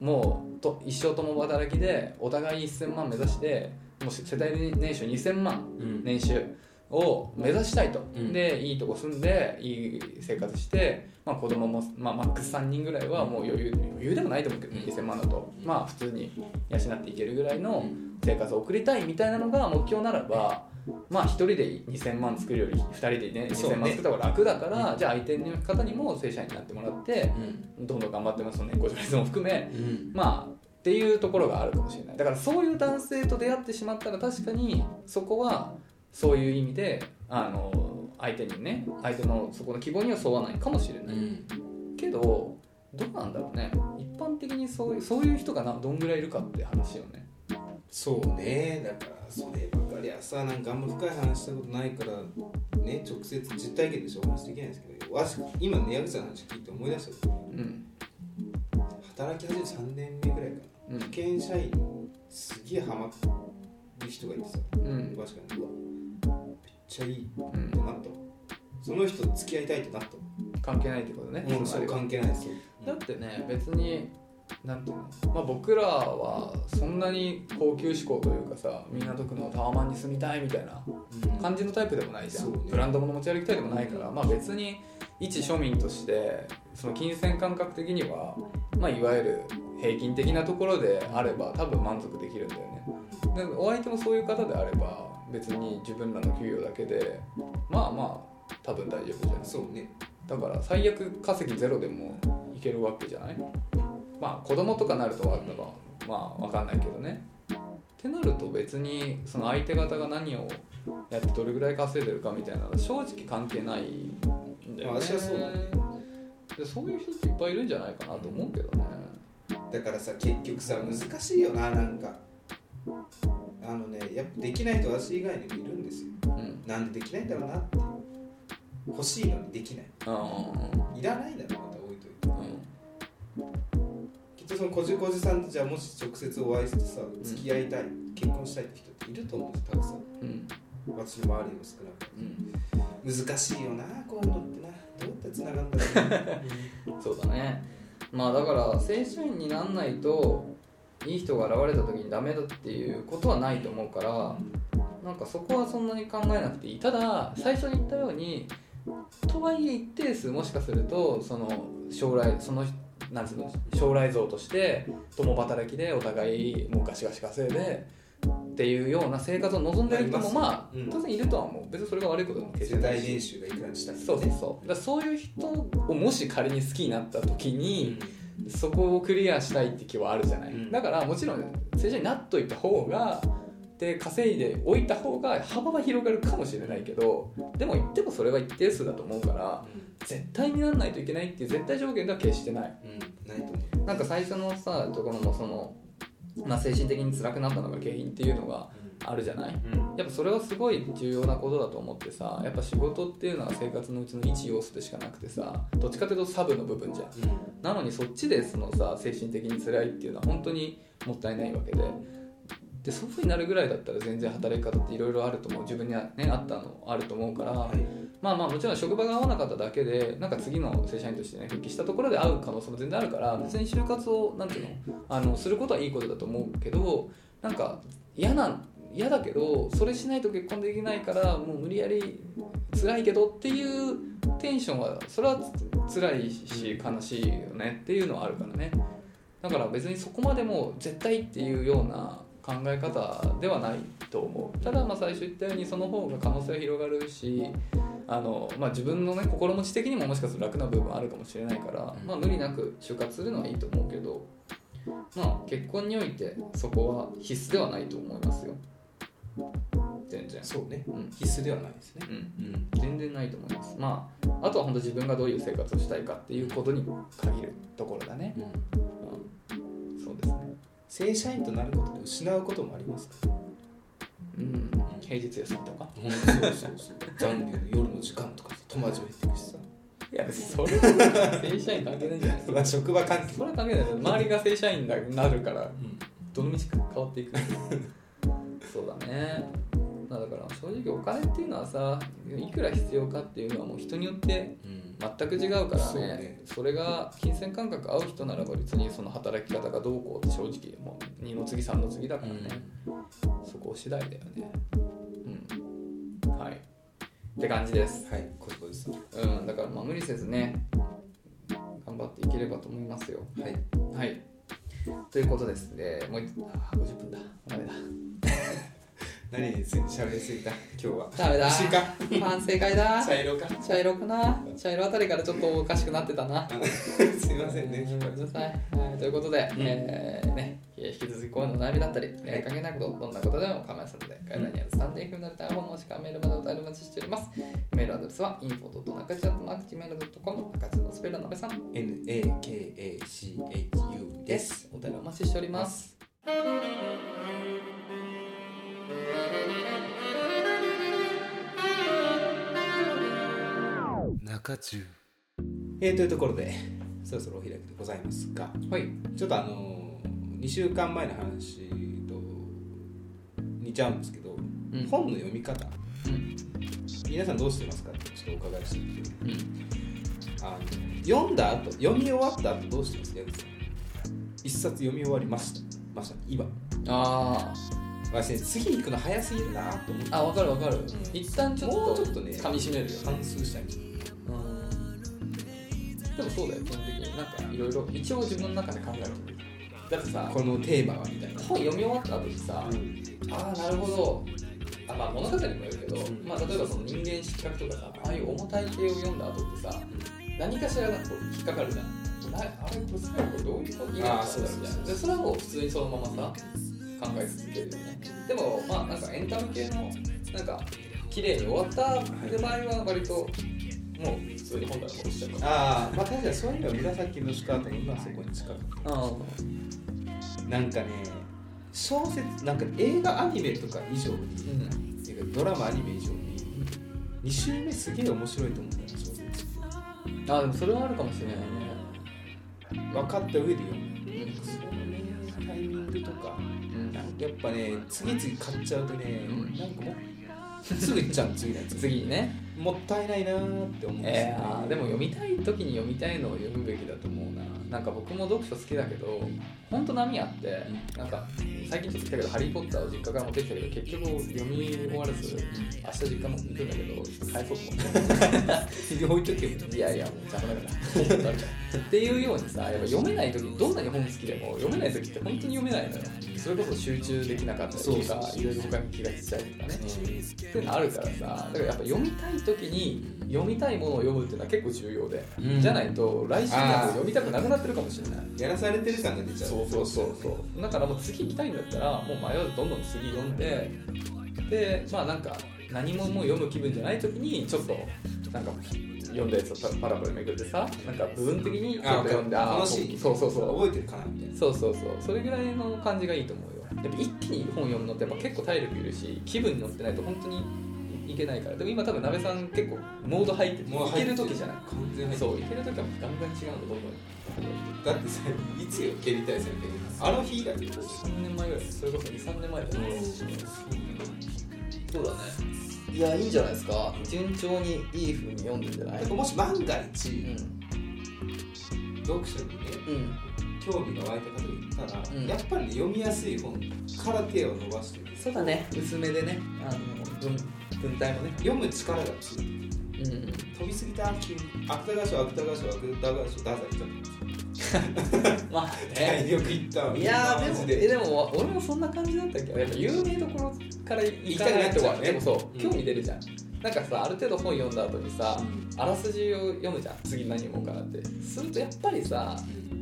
もうと一生共働きでお互い1000万目指してもう世帯年収2000万うん年収を目指したいと、うんでいいとこ住んでいい生活して、まあ、子供も、まあ、マックス3人ぐらいはもう余裕余裕でもないと思うけど、うん2000万だと、うんまあ普通に養っていけるぐらいのうん生活を送りたいみたいなのが目標ならば。まあ、1人で2000万作るより2人で、ね、そうね2000万作った方が楽だから、じゃあ相手の方にも正社員になってもらってどんどん頑張ってますので年功序列も含めうんまあっていうところがあるかもしれないだからそういう男性と出会ってしまったら確かにそこはそういう意味であの相手にね相手のそこの希望には沿わないかもしれうない、んけどどうなんだろうね一般的にそういうそういう人がなどんぐらいいるかって話よねそうねだからそればかりはさなんかあんま深い話したことないからね直接実体験でしょお話できないですけどわし今ね矢口さんの話聞いて思い出したうん働き始めて3年目ぐらいかなうん派遣社員すげえハマる人がいてさうん確かにうわめっちゃいいっうんてなったわその人と付き合いたいってなったわ関係ないってことね、もうつまそりうは関係ないですよだってね別になんていうの、まあ、僕らはそんなに高級志向というかさ港区のタワマンに住みたいみたいな感じのタイプでもないじゃそん、うねブランド物持ち歩きたいでもないから、まあ、別に一庶民としてその金銭感覚的には、まあ、いわゆる平均的なところであれば多分満足できるんだよねでお相手もそういう方であれば別に自分らの給与だけでまあまあ多分大丈夫じゃないそうねだから最悪稼ぎゼロでもいけるわけじゃないまあ子供とかなるとはまあわかんないけどねってなると別にその相手方が何をやってどれぐらい稼いでるかみたいなのは正直関係ないんだよまあね私はそうだねでそういう人っていっぱいいるんじゃないかなと思うけどねだからさ結局さ難しいよななんかあのねやっぱできない人私以外にもいるんですようんなんでできないんだろうなって欲しいのにできないうんいらないだろうまた置いといてうんうんきっとそのこじこじさんとじゃあもし直接お会いしてさ付き合いたい、結婚したいって人っていると思うんですよたくさんうん私の周りにも少なくうん難しいよなこういうのってなどうやってつながるんだろう、ね、そうだねまあだから正社員になんないといい人が現れた時にダメだっていうことはないと思うからなんかそこはそんなに考えなくていいただ最初に言ったようにとはいえ一定数もしかするとその将来そのなんつうの将来像として共働きでお互いもうガシガシ稼いでっていうような生活を望んでる人もまうあん当然いるとは思う別にそれが悪いことでも決して世ない帯し年収がいくらにしたいそうそうそうだからそういう人をもし仮に好きになった時に、そこをクリアしたいって気はあるじゃない、うんだからもちろん正社員になっといた方がで稼いでおいた方が幅は広がるかもしれないけどでも言ってもそれは一定数だと思うから絶対になんないといけないっていう絶対条件では決してないうん、うん、ないと思なんか最初のさところもその、まあ、精神的に辛くなったのが原因っていうのがあるじゃないやっぱそれはすごい重要なことだと思ってさやっぱ仕事っていうのは生活のうちの一要素でしかなくてさどっちかというとサブの部分じゃんう、うんうんなのにそっちでそのさ精神的に辛いっていうのは本当にもったいないわけででそういうふうになるぐらいだったら全然働き方っていろいろあると思う自分にはねあったのあると思うから、はいまあまあもちろん職場が合わなかっただけでなんか次の正社員としてね復帰したところで会う可能性も全然あるから別に就活をなんていうのあのすることはいいことだと思うけどなんか嫌な嫌だけどそれしないと結婚できないからもう無理やり辛いけどっていうテンションはそれはつ辛いし悲しいよねっていうのはあるからねだから別にそこまでもう絶対っていうような考え方ではないと思うただまあ最初言ったようにその方が可能性は広がるしあの、まあ、自分のね心持ち的にももしかすると楽な部分はあるかもしれないから、まあ、無理なく就活するのはいいと思うけど、まあ、結婚においてそこは必須ではないと思いますよ全然そうねうん必須ではないですねうんうん全然ないと思いますまああとは本当自分がどういう生活をしたいかっていうことに限るところだね、うん、そうですね正社員となることで失うこともありますかうん平日休みとか本当そうそうそう残業の夜の時間とかさ友達も減ってくしさいやそれは正社員関係ないんじゃないです まあ職場関係それは関係ないです周りが正社員になるからうんどの道か変わっていく そうだねまあだから正直お金っていうのはさいくら必要かっていうのはもう人によってうん全く違うからねそそうねれが金銭感覚合う人ならば別にその働き方がどうこうって正直もう二の次三の次だからね、そこ次第だよねうんはいって感じですはいこういうことですはうんだからまあ無理せずね頑張っていければと思いますよいはい。ということですね。もう一あー50分だ。ダメだ。何について喋りすぎた今日はダメ だ。欲しいか反省会だ。茶 色か茶色かな。茶色あたりからちょっとおかしくなってたな。すいませんねうごめんなさい。はい、ということで、えーね、引き続き声の悩みだったり、えー関係ないこと、どんなことでも構いませんので、概要欄にあるスタンド FM のレターフォームもしくはメールまでお便りお待ちしております。メールアドレスは info.nakachi.com、中地のスペルのべさん。 NAKACHU ですお便りお待ちしております。中中えー、というところでそろそろお開きでございますがはい。ちょっとあのー、2週間前の話と似ちゃうんですけど、うん本の読み方うん。皆さんどうしてますかってちょっとお伺いしてみてうん。あの読んだ後読み終わった後どうしてます矢口さん一冊読み終わりましたました今ああ。私ね次行くの早すぎるなと思ってあ、わかるわかる。一旦ちょっと、もうちょっとね噛み締めるよね。半数したいうんでもそうだよ、基本的に。なんか、いろいろ、一応自分の中で考える。だってさ、このテーマはみたいな本読み終わった後にさ、ああ、なるほど。あまあ、物語にもよるけど、うんまあ、例えばその人間失格とかさ、ああいう重たい系を読んだ後ってさ、何かしらなんかこう引っかかるじゃん。なあれ、これ最後どういうことになあーったそんうだそうみたいそうな。で、それはもう普通にそのままさ、考え続けるよね。でも、まあ、なんかエンタメ系の、なんか、綺麗に終わったって場合は、割と、もう普通に本棚戻しちゃうから。ああまあ確かにそういうのは紫のスカートの今そこに近くあなんかね小説なんか映画アニメとか以上に、うん。っていうかドラマアニメ以上に2週目すげえ面白いと思ったの小説あでもそれはあるかもしれないね。分かった上で読むそのねタイミングとかうんなんかやっぱね次々買っちゃうとねうんなんかもうすぐ行っちゃうの次のやつ次にね、もったいないなーって思うんですよ、えー、あーでも読みたい時に読みたいのを読むべきだと思うななんか僕も読書好きだけどほんと波あってなんか最近ちょっと来たけど「ハリー・ポッター」を実家から持ってきたけど結局読み終わらず明日実家も行くんだけどちょっと返そうと思って置いとけよいやいやもう邪魔だから っていうようにさやっぱ読めない時どんなに本好きでも読めない時って本当に読めないのよそれこそ集中できなかったりとそうかそういろいろ他に気が散っちゃうとかねっていうのあるからさだからやっぱ読みたい時に読みたいものを読むっていうのは結構重要で、うんじゃないと来週にはもう読みたくなくなってるかもしれないやらされてる感が出ちゃうそうそうそうそうだからもう次行きたいんだったらもう迷わずどんどん次読んででまあなんか何ももう読む気分じゃない時にちょっとなんか読んだやつをパラパラめくってさなんか部分的にちょっと読んでああ楽しいそうそうそう覚えてるかなみたいなそうそうそうそれぐらいの感じがいいと思うよやっぱ一気に本読むのってやっぱ結構体力いるし気分に乗ってないと本当にいけないからでも今多分鍋さん結構モード入っててもういける時じゃない完全入ってそるういける時はもうガンガン違うのどんどんだってさいつよ蹴りたいさみたいなあの日以来だよ3年前ぐらいそれこそ23年前だねそうだねいやいいんじゃないですか順調にいい風に読んでんじゃななんかもし万が一、うん読書にねうん興味が湧いた方がいたら、うんやっぱり、ね、読みやすい本から手を伸ばしてそうだね薄めでねあの文文体もね読む力がついてるうんうん飛びすぎた急に芥川賞芥川賞芥川賞太宰治まあ ねよく言ったわいやーでもマジえでも俺もそんな感じだったっけどやっぱ有名どころから行かない行きたくなっとちゃはうねでもそううん興味出るじゃん、なんかさある程度本読んだ後にさうんあらすじを読むじゃん次何読もうかなってするとやっぱりさ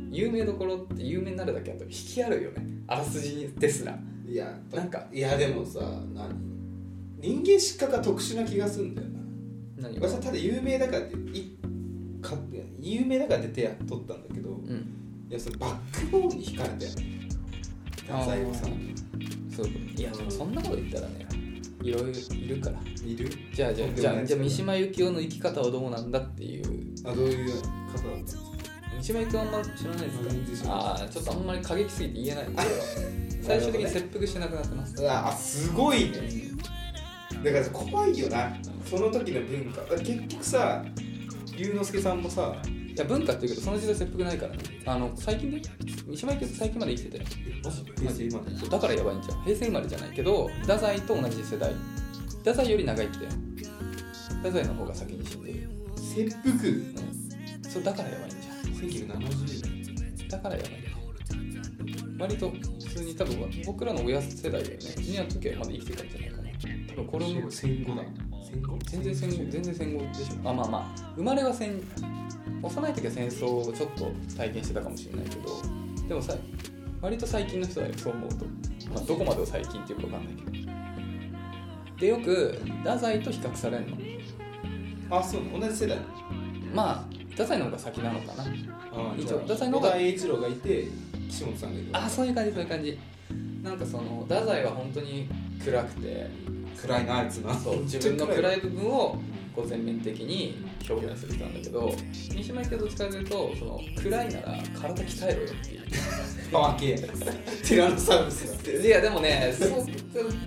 有名どころって有名になるだけあと引きあるよねあらすじですらいやなんかいやでもさ何人間失格が特殊な気がするんだよな何私はただ有名だからっていか有名だからって手取ったんだけど、うんいやそのバックボーンに惹かれたよね太宰治さんそういやでもそんなこと言ったらねいろいろいるからいるじゃあじゃあとんでじもゃなあいじゃあ三島由紀夫の生き方はどうなんだっていうあどういう方だったんですか三一枚くんあんま知らないですか全然知らないああちょっとあんまり過激すぎて言え ないんですけど最終的に切腹してなくなってますうわあすごいねだから怖いよなその時の文化だから結局さ龍之介さんもさいや文化っていうけどその時代切腹ないからねあの最近ね一枚くん最近まで生きてて平成今のそうだからやばいんじゃん平成生まれじゃないけど太宰と同じ世代太宰より長生きだよ太宰の方が先に死んでる、切腹うん、そうだからやばいんじゃ1970年んだからやばいんだよ割と普通に多分僕らの親世代だよねには時はまだ生きてたんじゃないかな多分これも戦後だ戦後全然戦後全然戦後でしょあまあまあ生まれは戦幼い時は戦争をちょっと体験してたかもしれないけどでもさ割と最近の人だよそう思うと、まあ、どこまでを最近っていうか分かんないけどでよく太宰と比較されるのあそう同じ世代まあ太宰の方が先なのかなあ一応じゃあ太宰の方が小田栄一郎がいて岸本さんがいるあそういう感じそういう感じなんかその太宰は本当に暗くて暗いなあいつなそう自分の暗い部分をうこう全面的に表現する人なんだけど三島由紀夫どっちかというとその暗いなら体鍛えろよっていんパワー系ティラノサウルスだってう いやでもねそう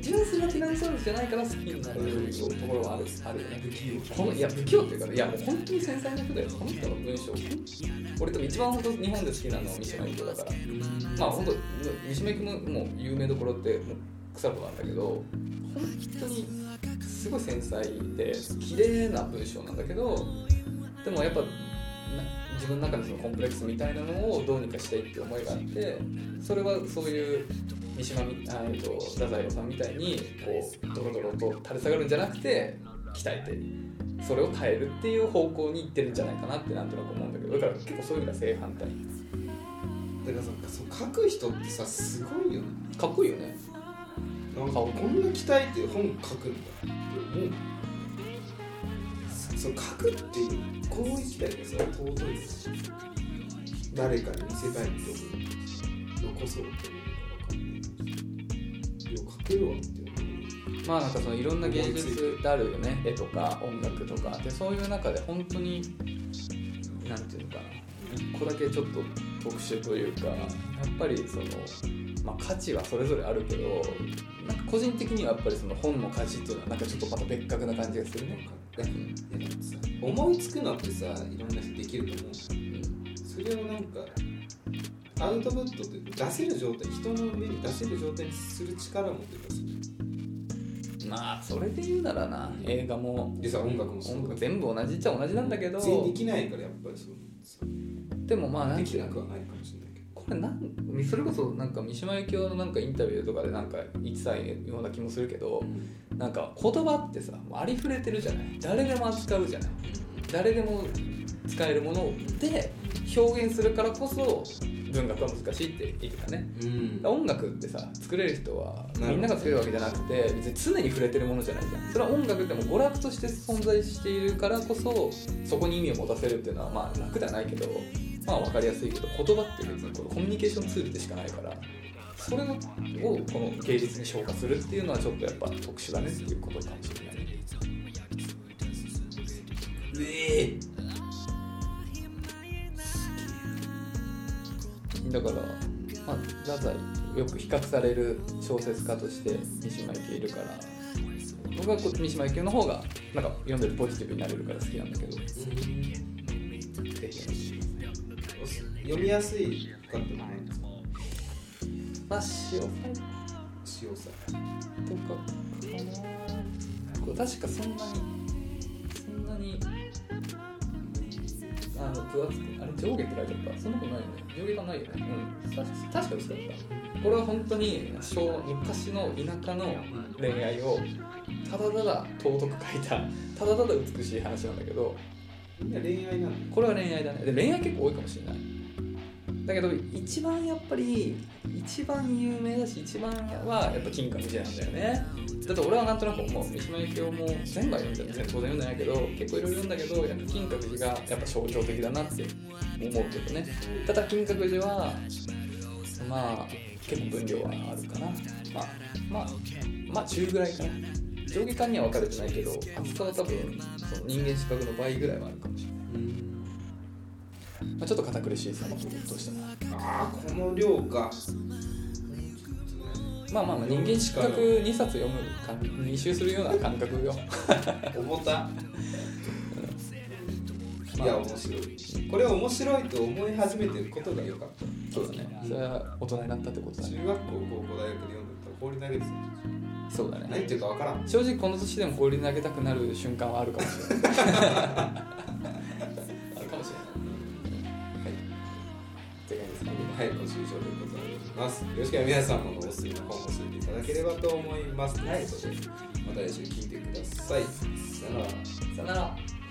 純粋なティラノサウルスじゃないから好きになるところはあるあるよねこのいや不器用っていうかいやもう本当に繊細な人だよこの人の文章俺と一番本当日本で好きなのは三島由紀夫だからまあ本当三島由紀夫ももう有名どころってもう草子なんだけど本当にすごい繊細で綺麗な文章なんだけどでもやっぱな自分の中のそのコンプレックスみたいなのをどうにかしたいって思いがあってそれはそういう三島みあえっと太宰さんみたいにこうドロドロと垂れ下がるんじゃなくて鍛えてそれを変えるっていう方向にいってるんじゃないかなってなんとなく思うんだけどだから結構そういう意味では正反対だからさそう書く人ってさすごいよねかっこいいよねなんかこんな期待って本書くんだって思うそそう書くっていう行為自体がさ尊いですし誰かに見せたいって思う残そうって思うのか分かんないよう書けるわって思うまあなんかそのいろんな芸術ってあるよね絵とか音楽とかでそういう中で本当になんていうのかな一個だけちょっと特殊というかやっぱりその、まあ、価値はそれぞれあるけどなんか個人的にはやっぱりその本の価値っていうのはなんかちょっとまた別格な感じがするね。えだってさ思いつくのってさいろんな人できると思うしうんそれをなんかアウトプットって出せる状態人の目に出せる状態にする力もってたしまあそれで言うならな映画もでさ音楽もそう音楽全部同じっちゃ同じなんだけど全員できないからやっぱりそうさでもまあなんでていきうなのくはないかもしれないけどこれなんそれこそなんか三島由紀夫のなんかインタビューとかでなんか言ってたような気もするけどなんか言葉ってさもうありふれてるじゃない誰でも扱うじゃない誰でも使えるもので表現するからこそ文学は難しいって言ってたねうん音楽ってさ作れる人はなるほどみんなが作れるわけじゃなくて別に常に触れてるものじゃないじゃんそれは音楽っても娯楽として存在しているからこそそこに意味を持たせるっていうのはまあ楽ではないけどまあ分かりやすいけど言葉って別にこのコミュニケーションツールでしかないからそれをこの芸術に昇華するっていうのはちょっとやっぱ特殊だねっていうことかもしれないねええだから、まあ、太宰よく比較される小説家として三島由紀夫いるから僕はこう三島由紀夫の方がなんか読んでるポジティブになれるから好きなんだけどぜひ読みやすいかってもないんですかまあ塩とか塩さかなこう確かそんなにそんなにあの分厚くあれ上下ってないかそんなことないよね上下がないよねうん確か確か薄かったこれは本当に小昔の田舎の恋愛をただただ尊く書いたただただ美しい話なんだけどみんな恋愛なのこれは恋愛だねで恋愛結構多いかもしれないだけど一番やっぱり一番有名だし一番はやっぱ金閣寺なんだよねだって俺はなんとなく思う三島由紀夫も全部は読んでない全部当然読んでないけど結構いろいろ読んだけどやっぱ金閣寺がやっぱ象徴的だなって思うけどねただ金閣寺はまあ結構分量はあるかなまあまあまあ中ぐらいかな上下感には分かれてないけど厚さは多分その人間資格の倍ぐらいはあるかもしれないうんままあ、ちょっと堅苦しいですよねどうしてもああこの量かまあまあまあ人間失格2冊読む感2周するような感覚よ重たいや面白いこれを面白いと思い始めてることが良かった そうだねそれは大人になったってことだね中学校高校大学で読んでたら放り投げですよそうだ何言ねってるか分からん正直この年でも放り投げたくなる瞬間はあるかもし れないあるかもしれないはいって感じですかねはい、ご視聴でございます。よろしければ皆さんもおすすめの本を教えていただければと思います。はい、ということで、また来週聞いてください。さよなら。さよなら